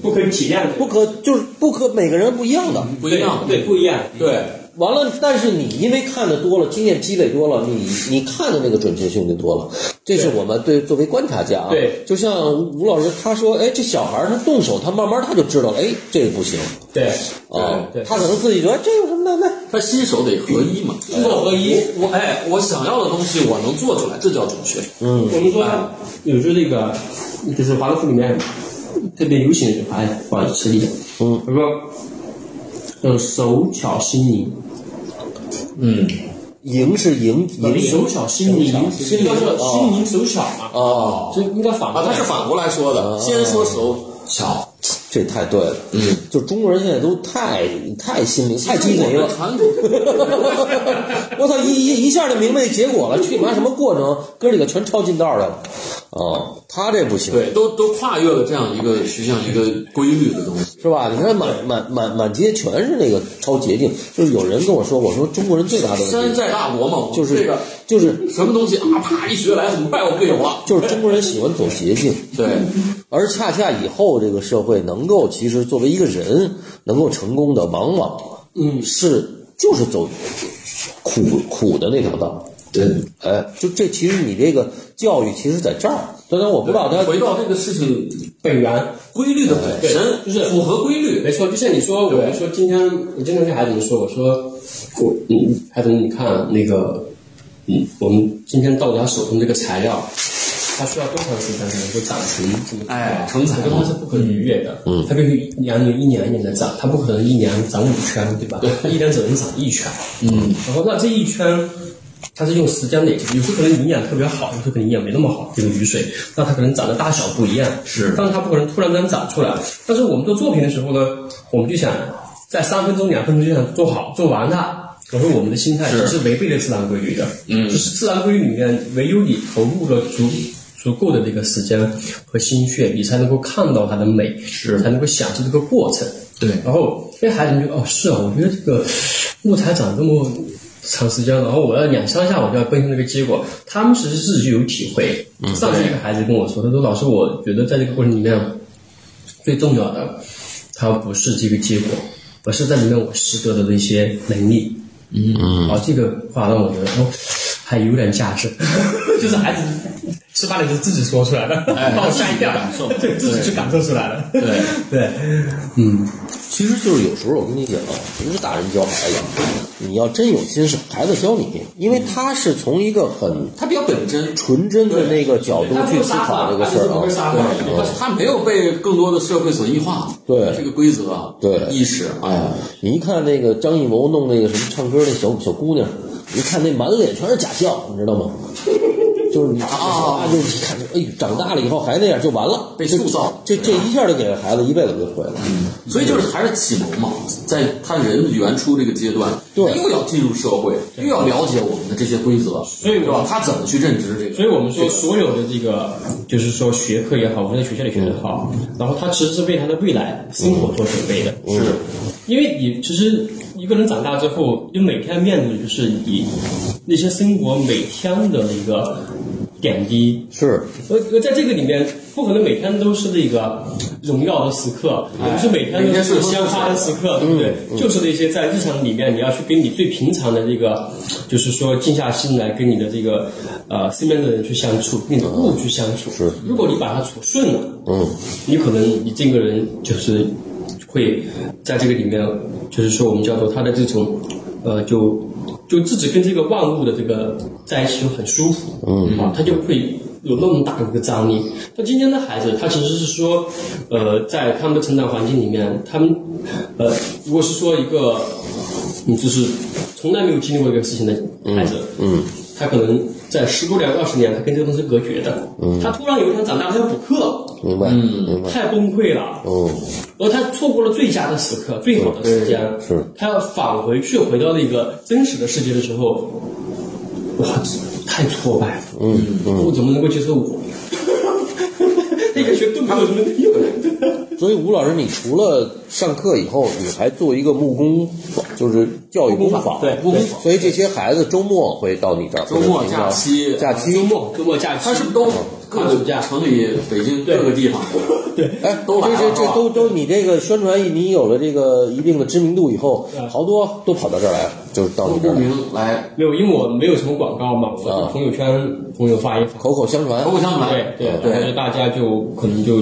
Speaker 3: 不可以体谅的，
Speaker 1: 不可就是不可每个人不一样的。
Speaker 2: 不一样，
Speaker 3: 对不一样，
Speaker 2: 对，
Speaker 1: 完了，但是你因为看的多了，经验积累多了，你你看的那个准确性就多了。这是我们对作为观察家啊，
Speaker 3: 对，
Speaker 1: 就像吴老师他说，哎，这小孩儿他动手，他慢慢他就知道了，哎，这个不行
Speaker 3: 对，
Speaker 2: 哦
Speaker 1: 啊
Speaker 3: 对对，
Speaker 1: 他可能自己觉得这有什么难的。
Speaker 2: 他新手得合一嘛，
Speaker 3: 动手合一。
Speaker 2: 我哎，我想要的东西我能做出来，这叫准确。
Speaker 3: 我们说有时候那个就是华乐福里面特别流行的一句话，哎，不好意思，吃力点。
Speaker 1: 嗯，
Speaker 3: 他说叫手巧心灵，
Speaker 2: 嗯，
Speaker 1: 赢是赢，赢
Speaker 3: 手巧心灵，
Speaker 1: 心
Speaker 3: 应该
Speaker 1: 灵
Speaker 3: 说心灵手巧嘛，
Speaker 1: 哦，
Speaker 3: 就应该反过
Speaker 2: 啊，
Speaker 3: 来
Speaker 2: 他是反过来说的，先说手巧，
Speaker 1: 这太对了。嗯，就中国人现在都太太心灵太鸡贼
Speaker 2: 我
Speaker 1: 了
Speaker 2: 们。传统
Speaker 1: 我操，一一一下就明白结果了，去你妈什么过程？哥几个全抄近道来了。啊，他这不行，
Speaker 2: 对，都都跨越了这样一个实际上一个规律的东西。
Speaker 1: 是吧？你看满满满满街全是那个抄捷径，就是有人跟我说，我说中国人最大的问
Speaker 2: 山
Speaker 1: 题
Speaker 2: 寨大国嘛，
Speaker 1: 就是
Speaker 2: 这个
Speaker 1: 就是
Speaker 2: 什么东西啊，啪一学来，很快我们就有了。
Speaker 1: 就是中国人喜欢走捷径。
Speaker 2: 对，
Speaker 1: 而恰恰以后这个社会能够，其实作为一个人能够成功的，往往嗯是就是走苦苦的那条道。
Speaker 2: 对，
Speaker 1: 哎，就这其实你这个教育其实在这儿，当然我不知道他
Speaker 2: 回到这个事情
Speaker 3: 本源。
Speaker 2: 规律的本身，
Speaker 3: 对就是
Speaker 2: 符合规律。
Speaker 3: 没错，就像你说，我们说今天，我经常跟孩子们说，我说，我，嗯，孩子们，你看那个，嗯，我们今天到达手中这个材料，它需要多长时间才能够长成这么？
Speaker 2: 哎成材
Speaker 3: 我说它是不可逾越的，嗯，它必须两年一年一年的长，它不可能一年长五圈，对吧？它一年只能长一圈，嗯，然后那这一圈。它是用时间累积的，有时候可能营养特别好，有时候可能营养没那么好。这个雨水，那它可能长得大小不一样，
Speaker 2: 是
Speaker 3: 但是它不可能突然间长出来。但是我们做作品的时候呢，我们就想在三分钟、两分钟就想做好、做完它。我说我们的心态其实是违背了自然规律的，嗯，就是自然规律里面，唯有你投入了足足够的这个时间和心血，你才能够看到它的美，是才能够享受这个过程。
Speaker 2: 对
Speaker 3: 然后那孩子们就哦是啊，我觉得这个木材长这么长时间，然后我要两三下我就要奔向这个结果，他们其实自己就有体会。
Speaker 2: 嗯
Speaker 3: 上次一个孩子跟我说，他说老师，我觉得在这个过程里面最重要的，它不是这个结果，而是在里面我识得的这些能力。嗯，好，这个话让我觉得哦，还有点价值， 就是孩子吃饭的时候自己说出来的，
Speaker 2: 哎
Speaker 3: 把我吓一
Speaker 2: 自
Speaker 3: 跳
Speaker 2: 己感受，
Speaker 3: 对自己去感受出来了，
Speaker 2: 对
Speaker 3: 对，
Speaker 1: 其实就是有时候我跟你讲啊，不是大人教孩子，啊你要真有心是孩子教你，因为他是从一个很
Speaker 2: 它比较本真，
Speaker 1: 纯真的那个角度去思考这个事儿
Speaker 3: 他不会撒
Speaker 1: 啊
Speaker 3: 谎。
Speaker 2: 但是它没有被更多的社会所异化。
Speaker 1: 对
Speaker 2: 这个规则啊，
Speaker 1: 对
Speaker 2: 意识啊，
Speaker 1: 你一看那个张艺谋弄那个什么唱歌那小小姑娘，一看那满脸全是假笑，你知 道吗？就是你啊，就一看，哎呦，长大了以后还那样就完了，
Speaker 2: 被塑造嗯
Speaker 1: 这这一下就给孩子一辈子就毁了。
Speaker 2: 所
Speaker 3: 嗯
Speaker 2: 以就是还是启蒙嘛，在他人原初这个阶段，
Speaker 1: 对
Speaker 2: 他又要进入社会，又要了解我们的这些规则，
Speaker 3: 以我
Speaker 2: 对吧？他怎么去认知这个？
Speaker 3: 所以我们说，所有的这个就是说学科也好，我们在学校里学的也好，
Speaker 1: 嗯
Speaker 3: 然后它其实是为他的未来生活做准备的。是，因为你其实一个人长大之后，就每天面对就是你那些生活每天的一个点滴。
Speaker 1: 是
Speaker 3: 我我在这个里面，不可能每天都是那个荣耀的时刻，也不是哎每天都是嗯鲜花的时刻，对不对？就是那些在日常里面，你要去跟你最平常的这个，就是说静下心来跟你的这个呃身边的人去相处，跟你的物去相处。
Speaker 1: 是
Speaker 3: 如果你把它处顺了，
Speaker 1: 嗯，
Speaker 3: 你可能你这个人就是会在这个里面，就是说我们叫做他的这种，呃，就就自己跟这个万物的这个在一起就很舒服，嗯啊，他就会有那么大的一个张力。但今天的孩子，他其实是说，呃，在他们的成长环境里面，他们呃，如果是说一个，嗯，就是从来没有经历过这个事情的孩子，
Speaker 1: 嗯
Speaker 3: 他可能在十多年、二十年，他跟这个东西隔绝的。他突然有一天长大了，他要补课，
Speaker 1: 明白，嗯
Speaker 2: 嗯
Speaker 1: 明白，
Speaker 3: 太崩溃了。
Speaker 1: 嗯，
Speaker 3: 而他错过了最佳的时刻、最好的时间，
Speaker 1: 是
Speaker 3: 他要返回去回到那个真实的世界的时候，哇，太挫败了。嗯，我怎么能够接受我？ 那个学都没有什么用的。
Speaker 1: 所以吴老师，你除了上课以后，你还做一个木工，就是教育工坊，
Speaker 3: 对
Speaker 2: 木工坊
Speaker 1: 所以这些孩子周末会到你这儿，
Speaker 2: 周末
Speaker 1: 或者平常
Speaker 2: 假期
Speaker 1: 假
Speaker 3: 周
Speaker 1: 期。
Speaker 3: 末、周末假期，
Speaker 2: 他是不是都各
Speaker 3: 暑
Speaker 2: 个
Speaker 3: 假
Speaker 2: 城里、北京各个地方？对，
Speaker 1: 哎，
Speaker 2: 都来
Speaker 1: 这
Speaker 2: 了
Speaker 1: 这
Speaker 2: 是
Speaker 1: 这
Speaker 2: 吧
Speaker 1: 都都，你这个宣传，你有了这个一定的知名度以后，
Speaker 2: 嗯
Speaker 1: 好多都跑到这儿来了，就是到
Speaker 2: 都
Speaker 1: 你这
Speaker 2: 慕
Speaker 1: 儿来
Speaker 2: 名来，
Speaker 3: 没有，因为我没有什么广告嘛，我是朋友圈朋友发一发。
Speaker 1: 口口相传
Speaker 2: 口。口相传。
Speaker 3: 啊对对，
Speaker 2: 对
Speaker 3: 然后大家就可能就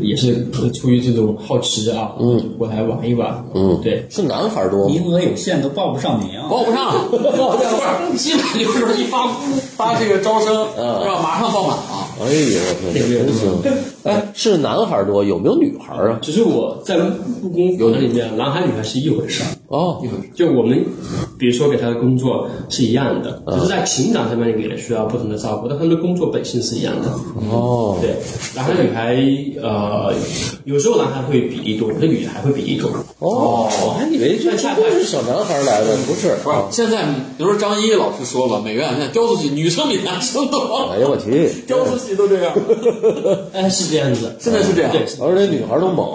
Speaker 3: 也是出于这种好奇啊，嗯，过来玩一玩，
Speaker 1: 嗯
Speaker 3: 对，
Speaker 1: 是男孩
Speaker 2: 嗯
Speaker 1: 多吗？
Speaker 4: 名额有限，都报不上名。
Speaker 2: 报不上，不是，基本就是一发发这个招生，
Speaker 1: 嗯
Speaker 2: 是吧？马上爆满啊！
Speaker 1: 哎呀，我天，真行！哎，是男孩多，有没有女孩啊？
Speaker 3: 只是我在故宫有的里面，男孩女孩是一回事儿。
Speaker 1: 哦，
Speaker 3: 就我们，比如说给他的工作是一样的，
Speaker 2: 啊
Speaker 3: 只是在情感上面你给了需要不同的照顾，但他们的工作本性是一样的。
Speaker 2: 嗯
Speaker 1: 哦，
Speaker 3: 对，男孩女孩，呃，有时候男孩会比例多，有的女孩会比例多。
Speaker 1: 哦，我还以为这
Speaker 3: 那恰
Speaker 1: 都是小男孩来的，不是？
Speaker 2: 不是，
Speaker 3: 嗯
Speaker 2: 现在比如说张一老师说吧，美院现在雕塑系女生比男生多，
Speaker 1: 哎呀，我 去，
Speaker 2: 雕塑系都这样，
Speaker 3: 哎，是这样子，
Speaker 2: 现在是这样。
Speaker 3: 对，
Speaker 1: 而且女孩都猛，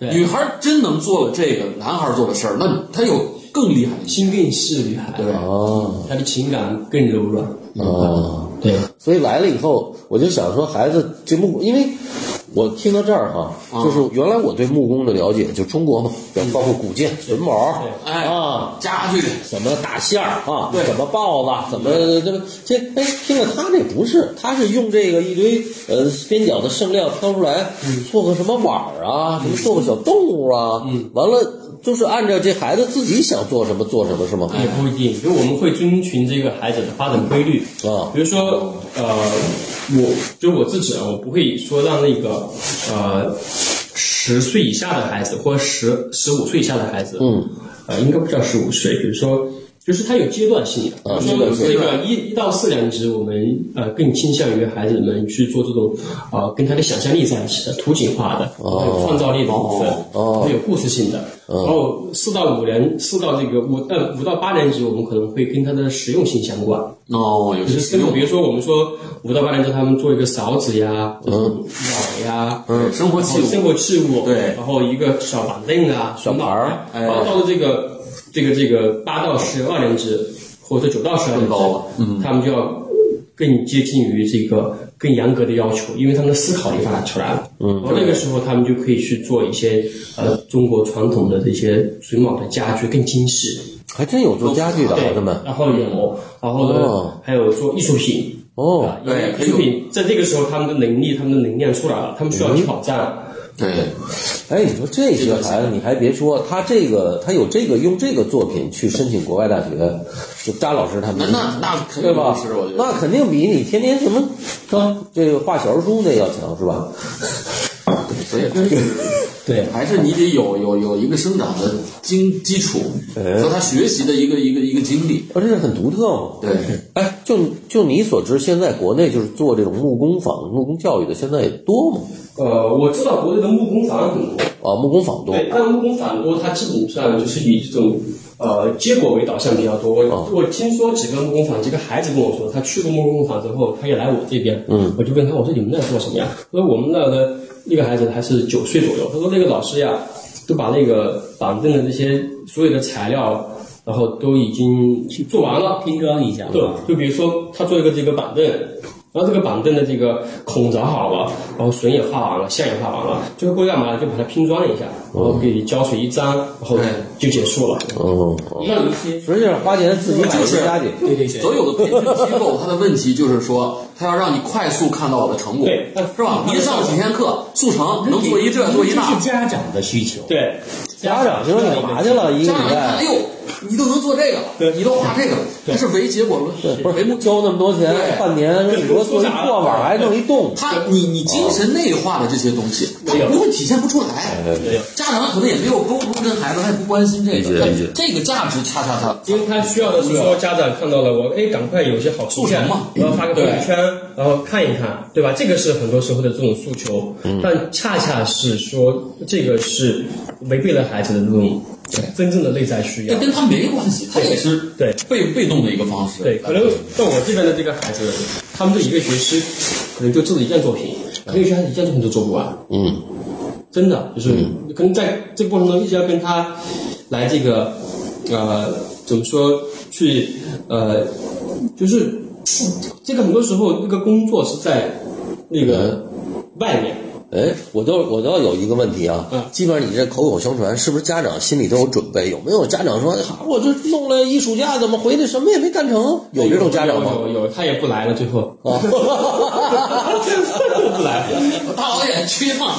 Speaker 3: 对
Speaker 2: 女孩真能做了这个男孩做的事儿，那她有更厉害的
Speaker 3: 心更细女孩，
Speaker 2: 对
Speaker 1: 哦
Speaker 3: 她的情感更柔软。
Speaker 1: 哦，
Speaker 3: 对，
Speaker 1: 所以来了以后，我就想说，孩子这木，因为我听到这儿哈，
Speaker 3: 啊
Speaker 1: 就是原来我对木工的了解，就中国嘛，包括古剑、榫卯，
Speaker 2: 哎
Speaker 1: 啊，
Speaker 2: 家具。
Speaker 1: 怎么打馅儿啊？
Speaker 2: 对
Speaker 1: 怎么豹子？怎么这个这？哎，听了他这不是，他是用这个一堆呃边角的剩料挑出来，做个什么碗儿啊，什
Speaker 3: 嗯
Speaker 1: 么做个小动物啊，完了就是按照这孩子自己想做什么做什么是吗？
Speaker 3: 也不一定，就我们会遵循这个孩子的发展规律
Speaker 1: 啊
Speaker 3: 比如说，呃，我就我自己啊，我不会说让那个呃十岁以下的孩子，或者十十五岁以下的孩子，
Speaker 1: 嗯，
Speaker 3: 呃，应该不叫十五岁，比如说。就是它有阶段性的，
Speaker 1: 啊
Speaker 3: 比
Speaker 1: 阶
Speaker 3: 如说
Speaker 1: 段
Speaker 3: 有
Speaker 1: 性
Speaker 3: 这个一一到四年级，我们呃更倾向于孩子们去做这种呃跟他的想象力在一起的呃图景化
Speaker 1: 啊
Speaker 3: 的、呃有创造力的部分，
Speaker 1: 哦嗯
Speaker 3: 会有故事性的。然后四到五年，四到这个五呃五到八年级，我们可能会跟它的实用性相关，
Speaker 2: 哦，有
Speaker 3: 就是
Speaker 2: 些
Speaker 3: 甚至比如说我们说五到八年级，他们做一个勺子呀、这种碗呀、
Speaker 2: 嗯生活器物
Speaker 3: 生活器物，
Speaker 2: 对
Speaker 3: 然后一个小板凳啊、小
Speaker 1: 盘儿
Speaker 2: 哎
Speaker 3: 然后到了这个这个这个八到十二年级，或者九到十二年
Speaker 2: 更高了
Speaker 3: 级，嗯，他们就要更接近于这个更严格的要求，因为他们的思考力发展出来了，嗯，然后那个时候他们就可以去做一些呃中国传统的这些榫卯的家具更精细，
Speaker 1: 还真有做家具的孩
Speaker 3: 对
Speaker 1: 子们，
Speaker 3: 然后有，然后
Speaker 1: 哦
Speaker 3: 呢还有做艺术品。
Speaker 1: 哦
Speaker 3: 啊，因为
Speaker 2: 对
Speaker 3: 艺术品在这个时候，他们的能力、他们的能量出来了，他们需
Speaker 1: 嗯
Speaker 3: 要挑战。
Speaker 2: 对，
Speaker 1: 哎，你说这些孩子，你还别说，他这个他有这个用这个作品去申请国外大学，就扎老师他们
Speaker 2: 那那那肯
Speaker 1: 对
Speaker 2: 定
Speaker 1: 吧
Speaker 2: 不是，我觉？得
Speaker 1: 那肯定比你天天什么啊，这个画小人书那要强是吧？
Speaker 2: 所以真是。
Speaker 4: 对，
Speaker 2: 还是你得有有有一个生长的经基础
Speaker 1: 哎
Speaker 2: 和他学习的一个一个一个经历。
Speaker 1: 而且很独特嘛。
Speaker 2: 对，
Speaker 1: 哎，就就你所知，现在国内就是做这种木工坊、木工教育的，现在也多吗？
Speaker 3: 呃，我知道国内的木工坊很多，
Speaker 1: 啊，木工坊多。
Speaker 3: 对，但木工坊多，它基本上就是以这种呃结果为导向比较多。我、
Speaker 1: 哦
Speaker 3: 我听说几个木工坊，几个孩子跟我说，他去过木工坊之后，他也来我这边，
Speaker 1: 嗯，
Speaker 3: 我就问他，我说你们那做什么呀？他说我们那儿的那个孩子还是九岁左右，他说那个老师呀。都把那个板凳的那些所有的材料，然后都已经做完了。
Speaker 4: 拼装一下，
Speaker 3: 对，就比如说他做一个这个板凳，然后这个板凳的这个孔凿好了，然后榫也画完了，线也画完了，最后过干嘛就把它拼装一下，然后给胶水一粘，然后就结束了。
Speaker 1: 哦，
Speaker 3: 那有一些
Speaker 1: 实际上花钱自己买一个家具，
Speaker 3: 对对对，
Speaker 2: 所有的培训机构，它的问题就是说，它要让你快速看到我的成果
Speaker 3: 对，
Speaker 2: 是吧？你上几天课，速成，能做一这做一
Speaker 4: 这
Speaker 2: 那
Speaker 4: 是。家长的需求。
Speaker 3: 对
Speaker 1: 家长就说你干嘛去了？一个
Speaker 2: 家
Speaker 1: 礼
Speaker 2: 长一看，哎
Speaker 1: 拜，
Speaker 2: 呦，你都能做这个了，你都画这个了，它是唯结果论。
Speaker 1: 不是交那么多钱，
Speaker 2: 对
Speaker 1: 半年说你给我做一破碗，还弄一洞，
Speaker 2: 他你你精神内化的这些东西，他不会体现不出来。
Speaker 3: 对，
Speaker 2: 家长可能也没有沟通跟孩子，他也不关心这个，
Speaker 1: 理解理解
Speaker 2: 但这个价值恰恰它
Speaker 3: 因为他需要的是说家长看到了我，哎，赶快有些好
Speaker 2: 速成嘛
Speaker 3: 然后发个朋友圈，然后看一看，对吧？这个是很多时候的这种诉求，
Speaker 2: 嗯
Speaker 3: 但恰恰是说这个是违背了孩子的这种真正的内在需要
Speaker 2: 这。跟他没关系，他也是
Speaker 3: 对
Speaker 2: 被被动的一个方式。
Speaker 3: 对，可能到我这边的这个孩子，他们这一个学期可能就做了一件作品，可能有些孩子一件作品都做不完。
Speaker 1: 嗯，
Speaker 3: 真的就是可能在这个过程中一直要跟他来这个呃怎么说去呃就是这个很多时候那个工作是在那个外面，
Speaker 1: 哎，我都我倒有一个问题啊
Speaker 3: 嗯，
Speaker 1: 基本上你这口口相传，是不是家长心里都有准备？有没有家长说，哎呀我这弄了一暑假，怎么回去什么也没干成？有这种家长吗？
Speaker 3: 有有有他也不来了，最后
Speaker 1: 啊，
Speaker 3: 不来了，
Speaker 2: 大老远去一 趟，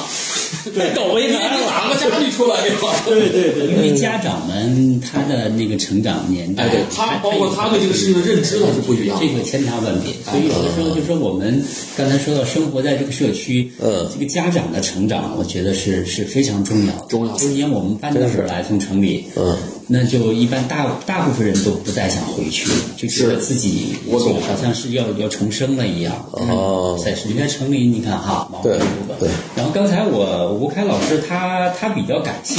Speaker 3: 对，搞
Speaker 2: 你
Speaker 3: 危
Speaker 2: 你打个家具出来给我。
Speaker 3: 对对对，
Speaker 4: 因为家长们他的那个成长年
Speaker 2: 嗯
Speaker 4: 代，
Speaker 2: 哎，对他包括他对这个事情的认知，他是不一样的
Speaker 4: 这。个千差万别，所以有的时候就说我们刚才说到生活在这个社区，
Speaker 1: 嗯
Speaker 4: 这个家长的成长，我觉得是是非常重要的。
Speaker 2: 重要
Speaker 4: 今年我们搬到这儿来，从城里，
Speaker 1: 嗯，
Speaker 4: 那就一般大大部分人都不再想回去，就觉得自己
Speaker 2: 我懂
Speaker 4: 好像是要要重生了一样。嗯
Speaker 1: 哦
Speaker 4: 在是你在城里，你看哈，忙
Speaker 1: 对对
Speaker 4: 然后刚才我吴凯老师他他比较感性，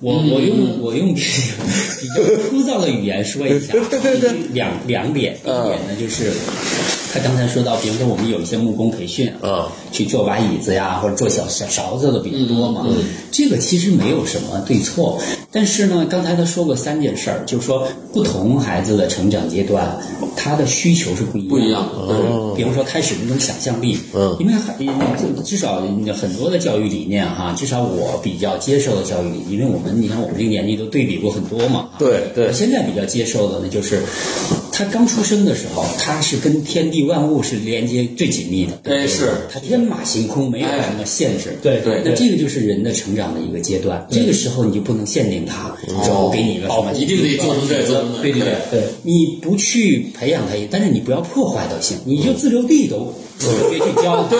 Speaker 4: 我我用我用比较枯燥的语言说一下，啊对对对，两两点，一点呢就是他刚才说到，比如说我们有一些木工培训
Speaker 1: 嗯，
Speaker 4: 啊去做挖椅子呀，或者做小小勺子的比较多嘛，这个其实没有什么对错，但是呢，刚才他说过三件事儿，就是说不同孩子的成长阶段，他的需求是不一样
Speaker 2: 不一样
Speaker 4: 的嗯比如说开始那种想象力，
Speaker 1: 嗯
Speaker 4: 因为很至少很多的教育理念哈、至少我比较接受的教育理念，因为我们你看我们这个年纪都对比过很多嘛，
Speaker 1: 对对
Speaker 4: 我现在比较接受的呢，就是他刚出生的时候，他是跟天地万物是连接最紧密的，
Speaker 2: 哎是
Speaker 4: 他天马行空，没有什么限制，
Speaker 3: 对
Speaker 2: 哎对嗯
Speaker 4: 那这个就是人的成长的一个阶段，这个时候你就不能限定他，说我给你一个什么，
Speaker 2: 哦一定得做成这做成那
Speaker 4: 对对对。
Speaker 3: 对，
Speaker 4: 你不去培养它，但是你不要破坏都行，你就自留地都
Speaker 2: 嗯
Speaker 4: 别去教。
Speaker 2: 对，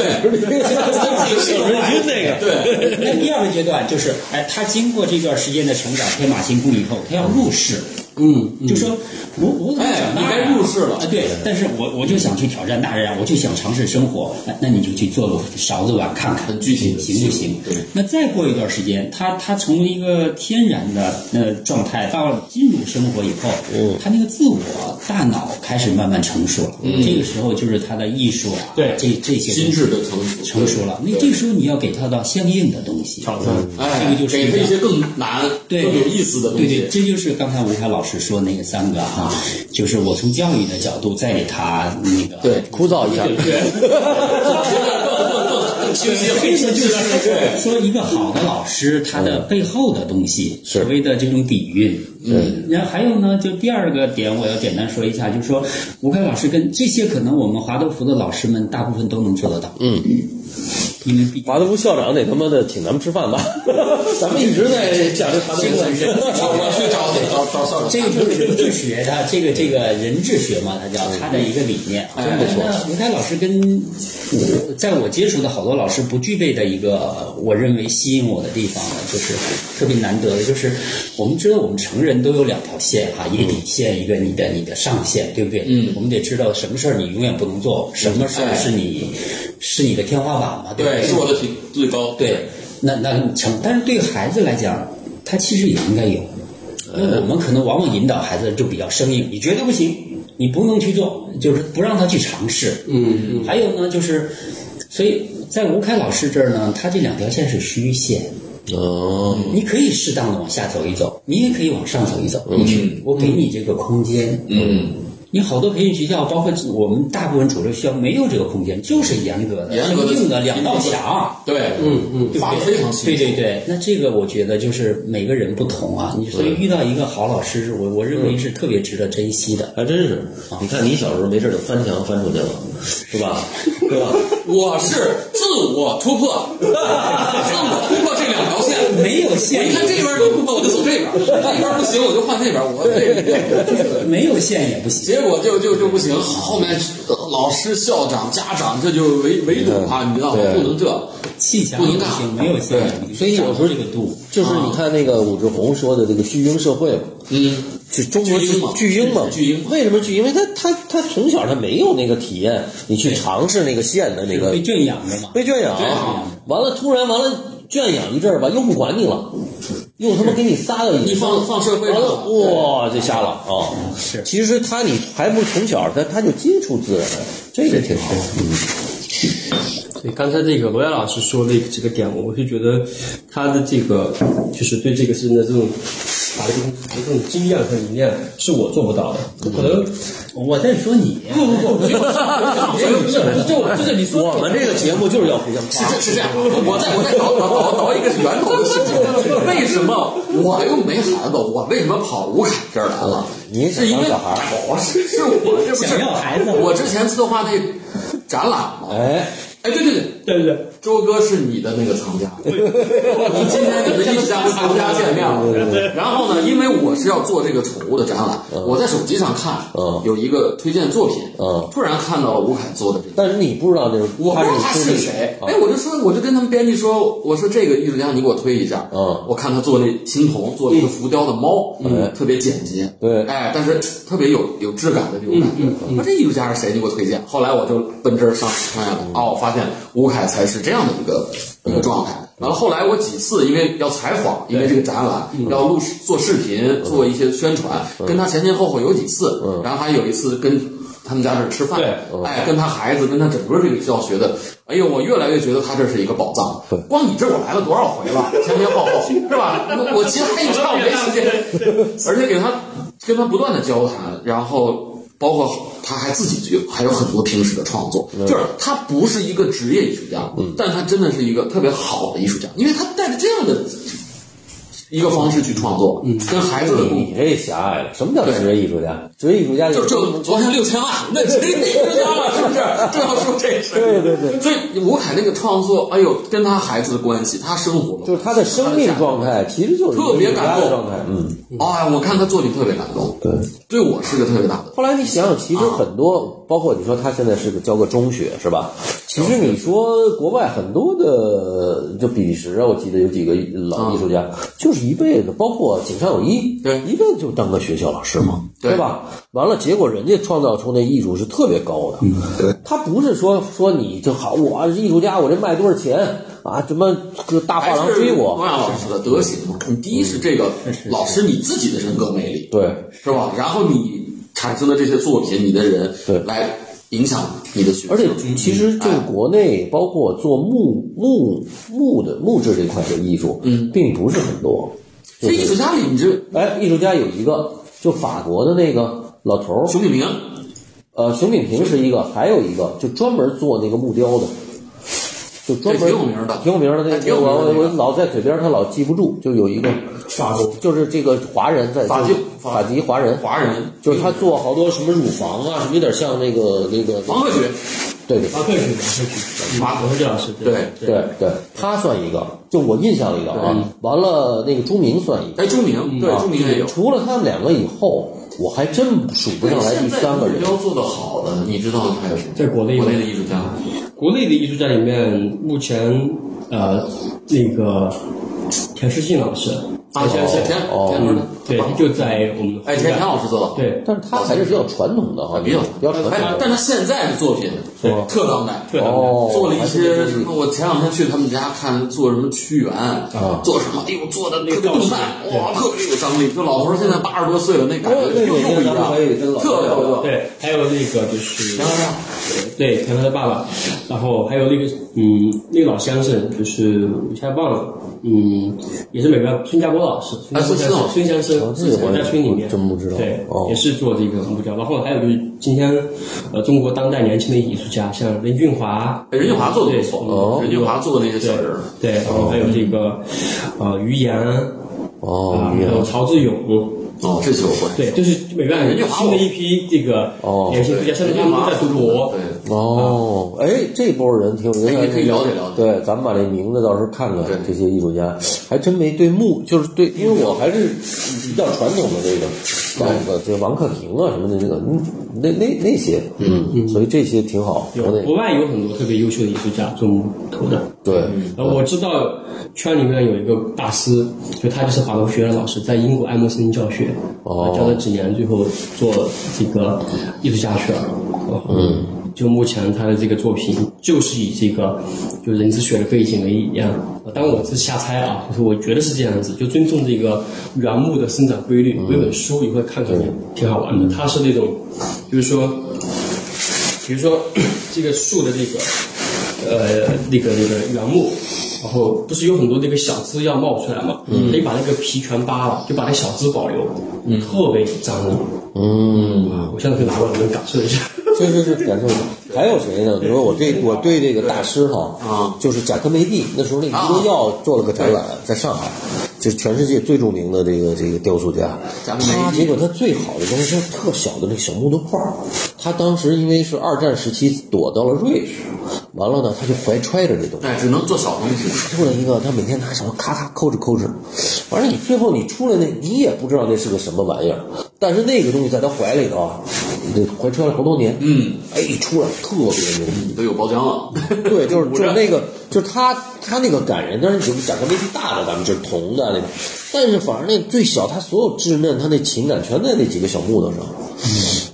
Speaker 2: 有人
Speaker 1: 均那个
Speaker 2: 对，
Speaker 4: 那第二个阶段就是，哎，他经过这段时间的成长，天马行空以后，他要入世。嗯，就说我我怎么
Speaker 2: 哎
Speaker 4: 长
Speaker 2: 你
Speaker 4: 大
Speaker 2: 该
Speaker 4: 呀
Speaker 2: 入世了
Speaker 4: 啊？对，但是我我就想去挑战大自然，我就想尝试生活。哎那你就去做个勺子碗看看，
Speaker 2: 很具体的
Speaker 4: 行不行？
Speaker 2: 对。
Speaker 4: 那再过一段时间，他他从一个天然的呃状态到了进入生活以后，他那个自我大脑开始慢慢成熟了。这个时候就是他的艺术啊，
Speaker 3: 对
Speaker 4: 这这些东
Speaker 2: 心
Speaker 4: 西
Speaker 2: 智的成熟
Speaker 4: 成熟了。那这个时候你要给他到相应的东西，嗯
Speaker 3: 挑战
Speaker 2: 哎，
Speaker 4: 这个就是
Speaker 2: 给他一些更难、
Speaker 4: 对
Speaker 2: 更有意思的东
Speaker 4: 对
Speaker 2: 西。
Speaker 4: 对， 这就是刚才吴凯老师说那个三个哈、就是我从教育的角度再给他那个
Speaker 1: 对，枯燥一下，
Speaker 2: 清晰
Speaker 4: 这个就是说一个好的老师，他的背后的东
Speaker 2: 嗯
Speaker 4: 西，所谓的这种底蕴。嗯，然后还有呢，就第二个点，我要简单说一下，就是说吴凯老师跟这些可能我们华德福的老师们大部分都能做得到。嗯，因为毕竟
Speaker 1: 华德福校长得他妈的请咱们吃饭吧， 咱们一直 在讲这华德福校
Speaker 2: 我
Speaker 1: 长。
Speaker 2: 我去找找找校长。
Speaker 4: 这个就是人智学的，这个这个人智学嘛，它叫它的一个理念，啊真不错。嗯哎那吴凯老师跟我在我接触的好多老师不具备的一个，我认为吸引我的地方呢，就是特别难得的，就是我们知道我们成人都有两条线哈，一个底线，一个你的你的上限，对不对？嗯，我们得知道什么事儿你永远不能做，什么事儿是你是你的天花板嘛，对不对？
Speaker 2: 对，是我的挺最高。
Speaker 4: 对，那那成，但是对孩子来讲，他其实也应该有。呃那我们可能往往引导孩子就比较生硬，你绝对不行，你不能去做，就是不让他去尝试。嗯嗯。还有呢，就是，所以在吴凯老师这儿呢，他这两条线是虚线。
Speaker 1: 哦，
Speaker 4: 你可以适当的往下走一走，你也可以往上走一走。你去，我给你这个空间。
Speaker 2: 嗯，
Speaker 4: 你好多培训学校，包括我们大部分主流学校没有这个空间，就是严格的、
Speaker 2: 严格的
Speaker 4: 生硬的两道墙。
Speaker 2: 对，
Speaker 3: 嗯嗯
Speaker 4: 对不
Speaker 2: 法
Speaker 4: 对
Speaker 2: 律非常细
Speaker 4: 对对对，那这个我觉得就是每个人不同啊，你所以遇到一个好老师，我我认为是特别值得珍惜的。
Speaker 1: 还真是。你看你小时候没事就翻墙翻出去了，是吧？对吧？
Speaker 2: 我是自我突破，自我突破这两条线。
Speaker 4: 哎没有
Speaker 2: 我
Speaker 4: 线
Speaker 2: 一看这
Speaker 4: 也
Speaker 2: 边能突破，我就走这边；那边不行，我就换那边。我这
Speaker 4: 不没有线也不行。
Speaker 2: 结果就就就不行，后面老师、校长、家长这就围围堵啊，你知道吗？
Speaker 1: 对
Speaker 2: 不能这。
Speaker 4: 砌墙
Speaker 2: 不能
Speaker 4: 也不
Speaker 2: 大
Speaker 4: 行，没有线也不嗯行，所以有时候这个度。
Speaker 1: 就是你看那个武志红说的这个巨婴社会嘛，
Speaker 2: 嗯，
Speaker 1: 就中国
Speaker 2: 巨婴嘛
Speaker 1: 巨婴嘛，
Speaker 2: 是巨婴
Speaker 1: 为什么巨婴？因为他他他从小他没有那个体验，你去尝试那个线的那个
Speaker 4: 被圈养着嘛，
Speaker 1: 被圈养，完了突然完了圈养一阵儿吧，又不管你了，又他妈给你撒到
Speaker 2: 你放放社会
Speaker 1: 完
Speaker 2: 上
Speaker 1: 了，
Speaker 2: 了，
Speaker 1: 哇，就下了啊！是，其实他你还不是从小他他就接触自然，这个挺好。
Speaker 3: 对，刚才这个罗阳老师说的这个点，我是觉得他的这个就是对这个事情的这种把这种这种经验和理念，是我做不到的。我可能
Speaker 4: 我在说你，
Speaker 3: 不不不，不是不是，就就是你说
Speaker 1: 我们这个节目就是要互相夸，
Speaker 2: 是是这样， 我在我在搞搞搞搞一个源头的事情。为什么我又没孩子，我为什么跑吴凯这儿来了？
Speaker 1: 您
Speaker 2: 是因为
Speaker 1: 小孩儿，
Speaker 2: 我哦是是我这不是
Speaker 4: 想要孩子
Speaker 2: 我之前策划那展览嘛，
Speaker 1: 哎，
Speaker 2: 哎，对对对，
Speaker 3: 对不对？
Speaker 2: 周哥是你的那个藏家，你今天你们一家藏家见面了。然后呢，因为我是要做这个宠物的展览，我在手机上看
Speaker 1: 嗯
Speaker 2: 有一个推荐作品
Speaker 1: 嗯，
Speaker 2: 突然看到了吴凯做的这个。
Speaker 1: 但是你不知道那是啊
Speaker 2: 我不知道他
Speaker 1: 是
Speaker 2: 是谁，哎，我就说，我就跟他们编辑说，我说这个艺术家你给我推一下，
Speaker 1: 嗯
Speaker 2: 我看他做那青铜，做了一个浮雕的猫，哎
Speaker 1: 嗯
Speaker 2: 特别简洁，
Speaker 1: 对嗯
Speaker 2: 哎，但是特别有有质感的这种感觉。我说这艺术家是谁？你给我推荐。后来我就奔这儿上看了，
Speaker 1: 嗯
Speaker 2: 哦，发现吴凯才是这样的一个一个状态。然后后来我几次因为要采访，因为这个展览
Speaker 1: 嗯
Speaker 2: 要录视做视频，做一些宣传，跟他前前后后有几次，
Speaker 1: 嗯
Speaker 2: 然后还有一次跟他们家这儿吃饭，
Speaker 3: 对
Speaker 2: 哎，跟他孩子，跟他整个这个教学的，哎呦，我越来越觉得他这是一个宝藏。光你这我来了多少回了，前前后后是吧？我我其他一场我没时间，而且给他跟他不断的交谈，然后。包括他还自己有还有很多平时的创作，就是他不是一个职业艺术家，但他真的是一个特别好的艺术家，因为他带着这样的一个方式去创作，跟孩子的沟
Speaker 1: 你这狭隘了。什么叫职业艺术家？职业艺术家
Speaker 2: 就就昨天六千万，那谁谁知道了是不是？就要说这事。对对对。所以吴凯那个创作，哎呦，跟他孩子的关系，他生活了，
Speaker 1: 就是他的生命状态，其实就是
Speaker 2: 特别感
Speaker 1: 一个艺术家的
Speaker 2: 动
Speaker 1: 状态。嗯，
Speaker 2: 哎，我看他作品特别感动，
Speaker 1: 对。
Speaker 2: 对我是个特别大的。
Speaker 1: 后来你想想，其实很多，包括你说他现在是个教个中学是吧？其实你说国外很多的，就比利时啊，我记得有几个老艺术家，就是一辈子，包括井上有一，
Speaker 2: 嗯对嗯
Speaker 1: 一辈子就当个学校老师嘛，
Speaker 2: 对
Speaker 1: 吧？完了，结果人家创造出那艺术是特别高的，
Speaker 2: 嗯对
Speaker 1: 他不是说说你就好，我是艺术家，我这卖多少钱啊？什么就大画
Speaker 2: 还
Speaker 1: 廊
Speaker 2: 是
Speaker 1: 追
Speaker 2: 诺
Speaker 1: 我？
Speaker 2: 亚老师的德行嘛，你第一是这个老师你自己的人格魅力，
Speaker 1: 对，
Speaker 2: 是吧？然后你产生的这些作品，你的人
Speaker 1: 对
Speaker 2: 来影响你的学生，
Speaker 1: 而且其实就是国内，包括做木木木的木质这块的艺术，
Speaker 2: 嗯
Speaker 1: 并不是很多。
Speaker 2: 这艺术家里你这
Speaker 1: 哎，艺术家有一个，就法国的那个老头儿，
Speaker 2: 熊秉明，
Speaker 1: 呃，熊秉平是一个，还有一个就专门做那个木雕的，就专门
Speaker 2: 对挺有名的
Speaker 1: 挺有名的。那
Speaker 2: 哎挺有
Speaker 1: 个
Speaker 2: 名的
Speaker 1: 我
Speaker 2: 那
Speaker 1: 我
Speaker 2: 个
Speaker 1: 老在嘴边儿，他老记不住，就有一个
Speaker 3: 法国
Speaker 1: 就是这个华人在
Speaker 2: 法
Speaker 1: 就
Speaker 2: 籍
Speaker 1: 法籍华人，
Speaker 2: 华人
Speaker 1: 就是他做好多什么乳房啊，什么有点像那个那个
Speaker 2: 王鹤学，
Speaker 1: 对对。
Speaker 3: 马克群，马克群，马克群老师，
Speaker 2: 对
Speaker 1: 对对，他算一个，就我印象里的啊。完了，那个朱明算一个。啊
Speaker 2: 哎，朱明，对，朱明也有。
Speaker 1: 除了他们两个以后，我还真数不上来第三个人
Speaker 2: 目。标做得好的，你知道还有谁？
Speaker 3: 在国内吗
Speaker 2: 国内的艺术家，
Speaker 3: 国内的艺术家里面，目前呃那个田诗静老师，
Speaker 2: 啊，田田
Speaker 1: 哦
Speaker 2: 田轮的，
Speaker 3: 对，他就在我们
Speaker 2: 哎，田田老师做的好，
Speaker 3: 嗯对，
Speaker 1: 但是他还是比较传统的哈，
Speaker 2: 比较
Speaker 1: 比较传
Speaker 2: 哎，
Speaker 1: 统。
Speaker 2: 但他现在的作品
Speaker 3: 哦
Speaker 2: 特当代，
Speaker 3: 特当代
Speaker 1: 哦，
Speaker 2: 做了一些
Speaker 1: 还
Speaker 2: 什
Speaker 1: 是
Speaker 2: 么？我前两天去他们家看做什么屈原，做什么？哎呦，做的那个动漫，哇，特别有张力。就老头儿现在八十多岁了，那感觉又又不一样，特别有。
Speaker 3: 对，还有那个就是
Speaker 2: 然后呢
Speaker 3: 对，田他的爸爸，然后还有那个嗯，那个老乡是就是我现在忘了，嗯，也是美国孙家波老师，孙
Speaker 2: 啊孙
Speaker 3: 家波先生
Speaker 2: 老师
Speaker 3: 孙先生
Speaker 1: 哦这
Speaker 3: 是
Speaker 1: 个我
Speaker 3: 陈家村里面，
Speaker 1: 真不知道
Speaker 3: 对，
Speaker 1: 哦
Speaker 3: 也是做这个木雕，然后还有就是今天呃中国当代年轻的艺术家，像任俊华，
Speaker 2: 哎任俊华做的不
Speaker 3: 对哦
Speaker 1: 哦
Speaker 2: 错，任俊华做的那些小人儿，
Speaker 3: 对，然后还有这个呃于洋，
Speaker 1: 哦
Speaker 3: 啊，
Speaker 1: 明
Speaker 3: 还
Speaker 1: 白
Speaker 3: 有
Speaker 1: 了
Speaker 3: 曹志勇。
Speaker 2: 哦，这些我会。
Speaker 3: 对，就是美国很新的一批这个
Speaker 1: 哦
Speaker 3: 年轻艺术家，现在他们都在中国
Speaker 2: 对，，
Speaker 1: 哦，哎，这波人挺有意思
Speaker 2: 哎，你可以了解了解
Speaker 1: 对，咱们把这名字到时候看看
Speaker 2: 对，
Speaker 1: 这些艺术家还真没对木，就是对，因为我还是比较传统的这个，王克这个王克勤啊什么的这个，嗯那那那些，嗯，所以这些挺好，国
Speaker 3: 有
Speaker 1: 内
Speaker 3: 国外有很多特别优秀的艺术家做木头的。
Speaker 1: 对，
Speaker 2: 嗯
Speaker 3: 呃，我知道圈里面有一个大师，就他就是华国学院老师，在英国爱默生教学，
Speaker 1: 哦
Speaker 3: 教了几年，最后做这个艺术家去了。嗯，就目前他的这个作品，就是以这个就人之学的背景为一样。呃当然我是瞎猜啊，就是我觉得是这样子，就尊重这个原木的生长规律。
Speaker 1: 嗯
Speaker 3: 有一本书你会看看，挺好玩的。它是那种，就是说，比如说 这个树的这个呃那个那个原木，然后不是有很多那个小枝要冒出来嘛，可以把那个皮全扒了，就把那小枝保留，特别有张力。
Speaker 1: 嗯，
Speaker 3: 啊，我现在可以拿过来能感受一下。
Speaker 1: 是是是，感受一下。还有谁呢？你说我这我对这个大师哈，
Speaker 2: 啊
Speaker 1: 就是贾科梅蒂那时候那个
Speaker 2: 啊
Speaker 1: 医药做了个展览，在上海，就是全世界最著名的这个这个雕塑家。
Speaker 2: 贾科梅蒂
Speaker 1: 他结果他最好的东西是特小的那个小木头块儿，他当时因为是二战时期躲到了瑞士，完了呢他就怀揣着这东西。
Speaker 2: 哎，只能做小东西。
Speaker 1: 出来一个，他每天拿手咔咔抠着抠着，完了你最后你出来那，你也不知道那是个什么玩意儿，但是那个东西在他怀里头啊，这怀揣了好多年，嗯，哎，一出来特别牛逼，
Speaker 2: 都有包浆了，
Speaker 1: 对，就是就是那个，就是他他那个感人，但是就是贾科梅蒂大的咱们就是铜的那种，但是反而那最小，他所有稚嫩，他那情感全在那几个小木头上，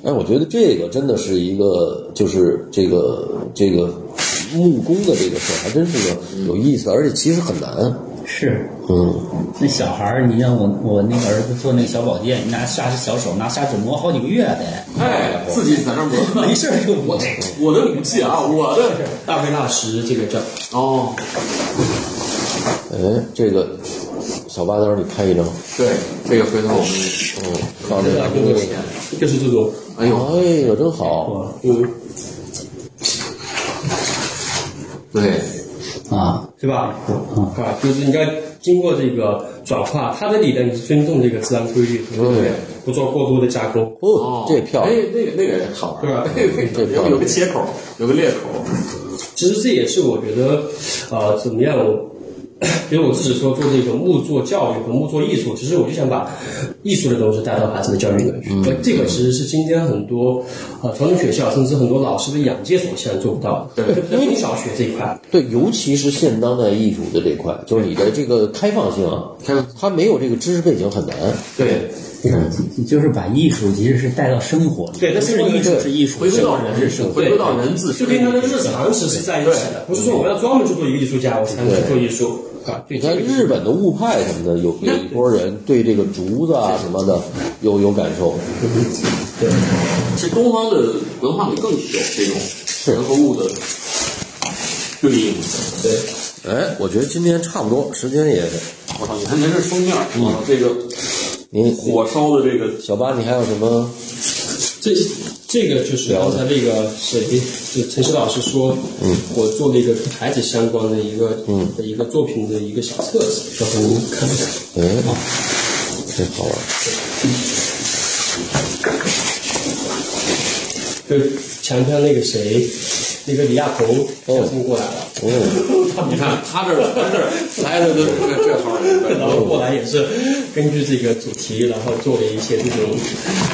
Speaker 1: 哎，我觉得这个真的是一个，就是这个这个木工的这个事儿，还真是个有意思，而且其实很难。
Speaker 4: 是
Speaker 1: 嗯，
Speaker 4: 那小孩儿，你像我我那个儿子做那个小保健，拿砂小手拿砂纸磨好几个月得，
Speaker 2: 哎， 自己在那儿磨。
Speaker 4: 没事儿就磨。
Speaker 2: 我的武器啊，我 的
Speaker 3: 大卫纳什这个叫
Speaker 2: 哦，
Speaker 1: 哎，这个小八刀，你拍一张，
Speaker 2: 对，这个回头我们
Speaker 1: 嗯，放这个，
Speaker 3: 就是这种，
Speaker 2: 哎呦，
Speaker 1: 哎呦，真好，
Speaker 3: 嗯，
Speaker 2: 对，
Speaker 4: 啊，
Speaker 3: 是吧？啊，就是应该经过这个转化，它的理论是尊重这个自然规律，对不
Speaker 1: 嗯
Speaker 3: 对？不做过多的加工。
Speaker 1: 哦，这漂
Speaker 2: 哎
Speaker 1: 亮，，
Speaker 2: 那个那个也好玩，
Speaker 3: 对吧
Speaker 2: 那个那
Speaker 1: 这
Speaker 2: 个
Speaker 1: 漂
Speaker 2: 有
Speaker 1: 亮
Speaker 2: 有个切口，有个裂口，
Speaker 3: 其实这也是我觉得，呃，怎么样？我因为我自己说做这个木作教育和木作艺术，其实我就想把艺术的东西带到孩子的教育里面
Speaker 1: 嗯
Speaker 3: 去。而这个其实是今天很多呃传统学校，甚至很多老师的养界所现在做不到的，
Speaker 2: 对
Speaker 3: 因为你小学这一块，
Speaker 1: 对，尤其是现当代艺术的这块，就是你的这个开放性啊，
Speaker 2: 开放
Speaker 1: 它没有这个知识背景很难。
Speaker 2: 对，
Speaker 4: 这个就是把艺术其实是带到生活里，
Speaker 3: 对但
Speaker 4: 不
Speaker 3: 是
Speaker 4: 是艺术
Speaker 1: 对
Speaker 4: 是艺术，
Speaker 2: 回归到
Speaker 4: 是
Speaker 2: 人
Speaker 4: 生活。
Speaker 2: 回归到人自
Speaker 3: 就
Speaker 2: 身，
Speaker 3: 跟他的日常其实在一起的，不是说我要专门去做一个艺术家，我才能去做艺术啊。
Speaker 1: 你
Speaker 3: 对，
Speaker 1: 看日本的雾派什么的，有有一波人对这个竹子啊什么的有有感受，
Speaker 2: 其实东方的文化里更有这种人和物的对应。
Speaker 1: 哎，我觉得今天差不多，时间也，
Speaker 2: 我哦操，你看您这封面，我操，这个
Speaker 1: 您
Speaker 2: 火烧的这个，
Speaker 1: 小八，你还有什么？
Speaker 3: 这这个就是刚才那个谁，就陈曦老师说，嗯，我做了一个跟孩子相关的一个，嗯，的一个作品的一个小册子，小朋友们看一下。
Speaker 1: 哎，这好玩。
Speaker 3: 就前天那个谁，那个李亚鹏相亲过来了，
Speaker 1: 哦
Speaker 3: 他们
Speaker 2: 你
Speaker 3: 就
Speaker 2: 看他这他这来的都是这这号
Speaker 3: 然
Speaker 2: 人，
Speaker 3: 后过来也是根据这个主题，然后做了一些这种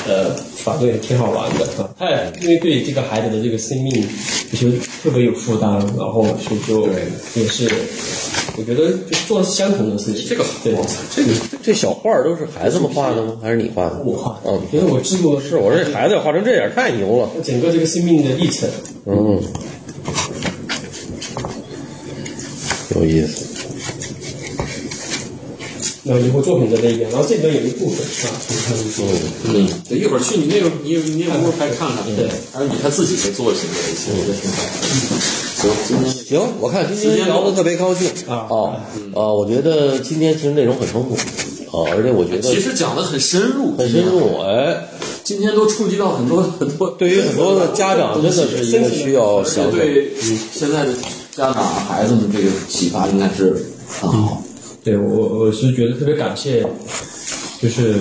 Speaker 3: 呃，反正也挺好玩的啊。他也因为对这个孩子的这个生命就是特别有负担，然后所以就也是，我觉得就做相同的事情。
Speaker 2: 这个
Speaker 3: 对，
Speaker 2: 我操，这个
Speaker 1: 这小画儿都是孩子们画的吗？还是你画的？
Speaker 3: 我画的，
Speaker 1: 嗯，
Speaker 3: 觉得我制作
Speaker 1: 是我这孩子画成这样太牛了。
Speaker 3: 整个这个生命的历程。
Speaker 1: 嗯，有意思。
Speaker 3: 然后以后作品的那一边，然后这边有一部分啊，你看你说，
Speaker 2: 嗯，一会儿去你那个你你那屋还看看，
Speaker 3: 对，
Speaker 2: 还是你看自己的作品也行，我觉得挺好的。行，今天
Speaker 1: 行，我看今
Speaker 2: 时
Speaker 1: 天
Speaker 2: 间
Speaker 1: 聊
Speaker 2: 够
Speaker 1: 得特别高兴
Speaker 3: 啊
Speaker 1: 啊
Speaker 2: 嗯
Speaker 1: 啊！我觉得今天其实内容很丰富啊，而且我觉
Speaker 2: 其
Speaker 1: 得
Speaker 2: 实讲的很深入，
Speaker 1: 很深入。嗯哎，
Speaker 2: 今天都触及到很多很多，
Speaker 1: 对于很多的家长真的是一个需要
Speaker 2: 而且
Speaker 1: 想想
Speaker 2: 对现在的家长孩子们这个启发应该是很好。
Speaker 3: 对我我是觉得特别感谢，就是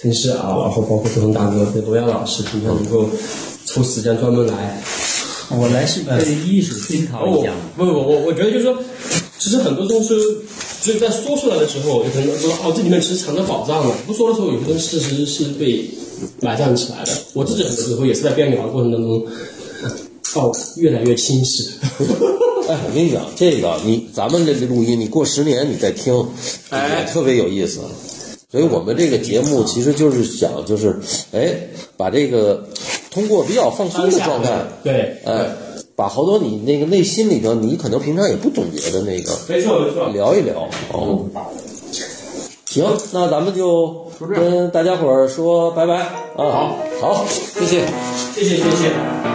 Speaker 3: 陈师啊，然后包括周恒大哥跟罗阳老师，今天能够抽时间专门来
Speaker 4: 我来是被艺术熏
Speaker 3: 啊
Speaker 4: 陶一样。
Speaker 3: 不不不，我我觉得就是说，其实很多东西，就是在说出来的时候，有可能说哦，这里面其实藏着宝藏了。不说的时候，有些东西事实是被埋葬起来的。我自己很多时候也是在变聊的过程当中，哦，越来越清 晰。
Speaker 1: 哎，我跟你讲，这个你咱们这录音，你过十年你再听，
Speaker 2: 哎
Speaker 1: 也特别有意思。所以我们这个节目其实就是想，就是哎，把这个通过比较放松的状态，
Speaker 3: 对，
Speaker 1: 哎，把好多你那个内心里头，你可能平常也不总结的那个
Speaker 3: 没错没错。
Speaker 1: 聊一聊。哦，行，那咱们就跟大家伙儿说拜拜啊！好，好，谢谢。
Speaker 3: 谢谢谢谢。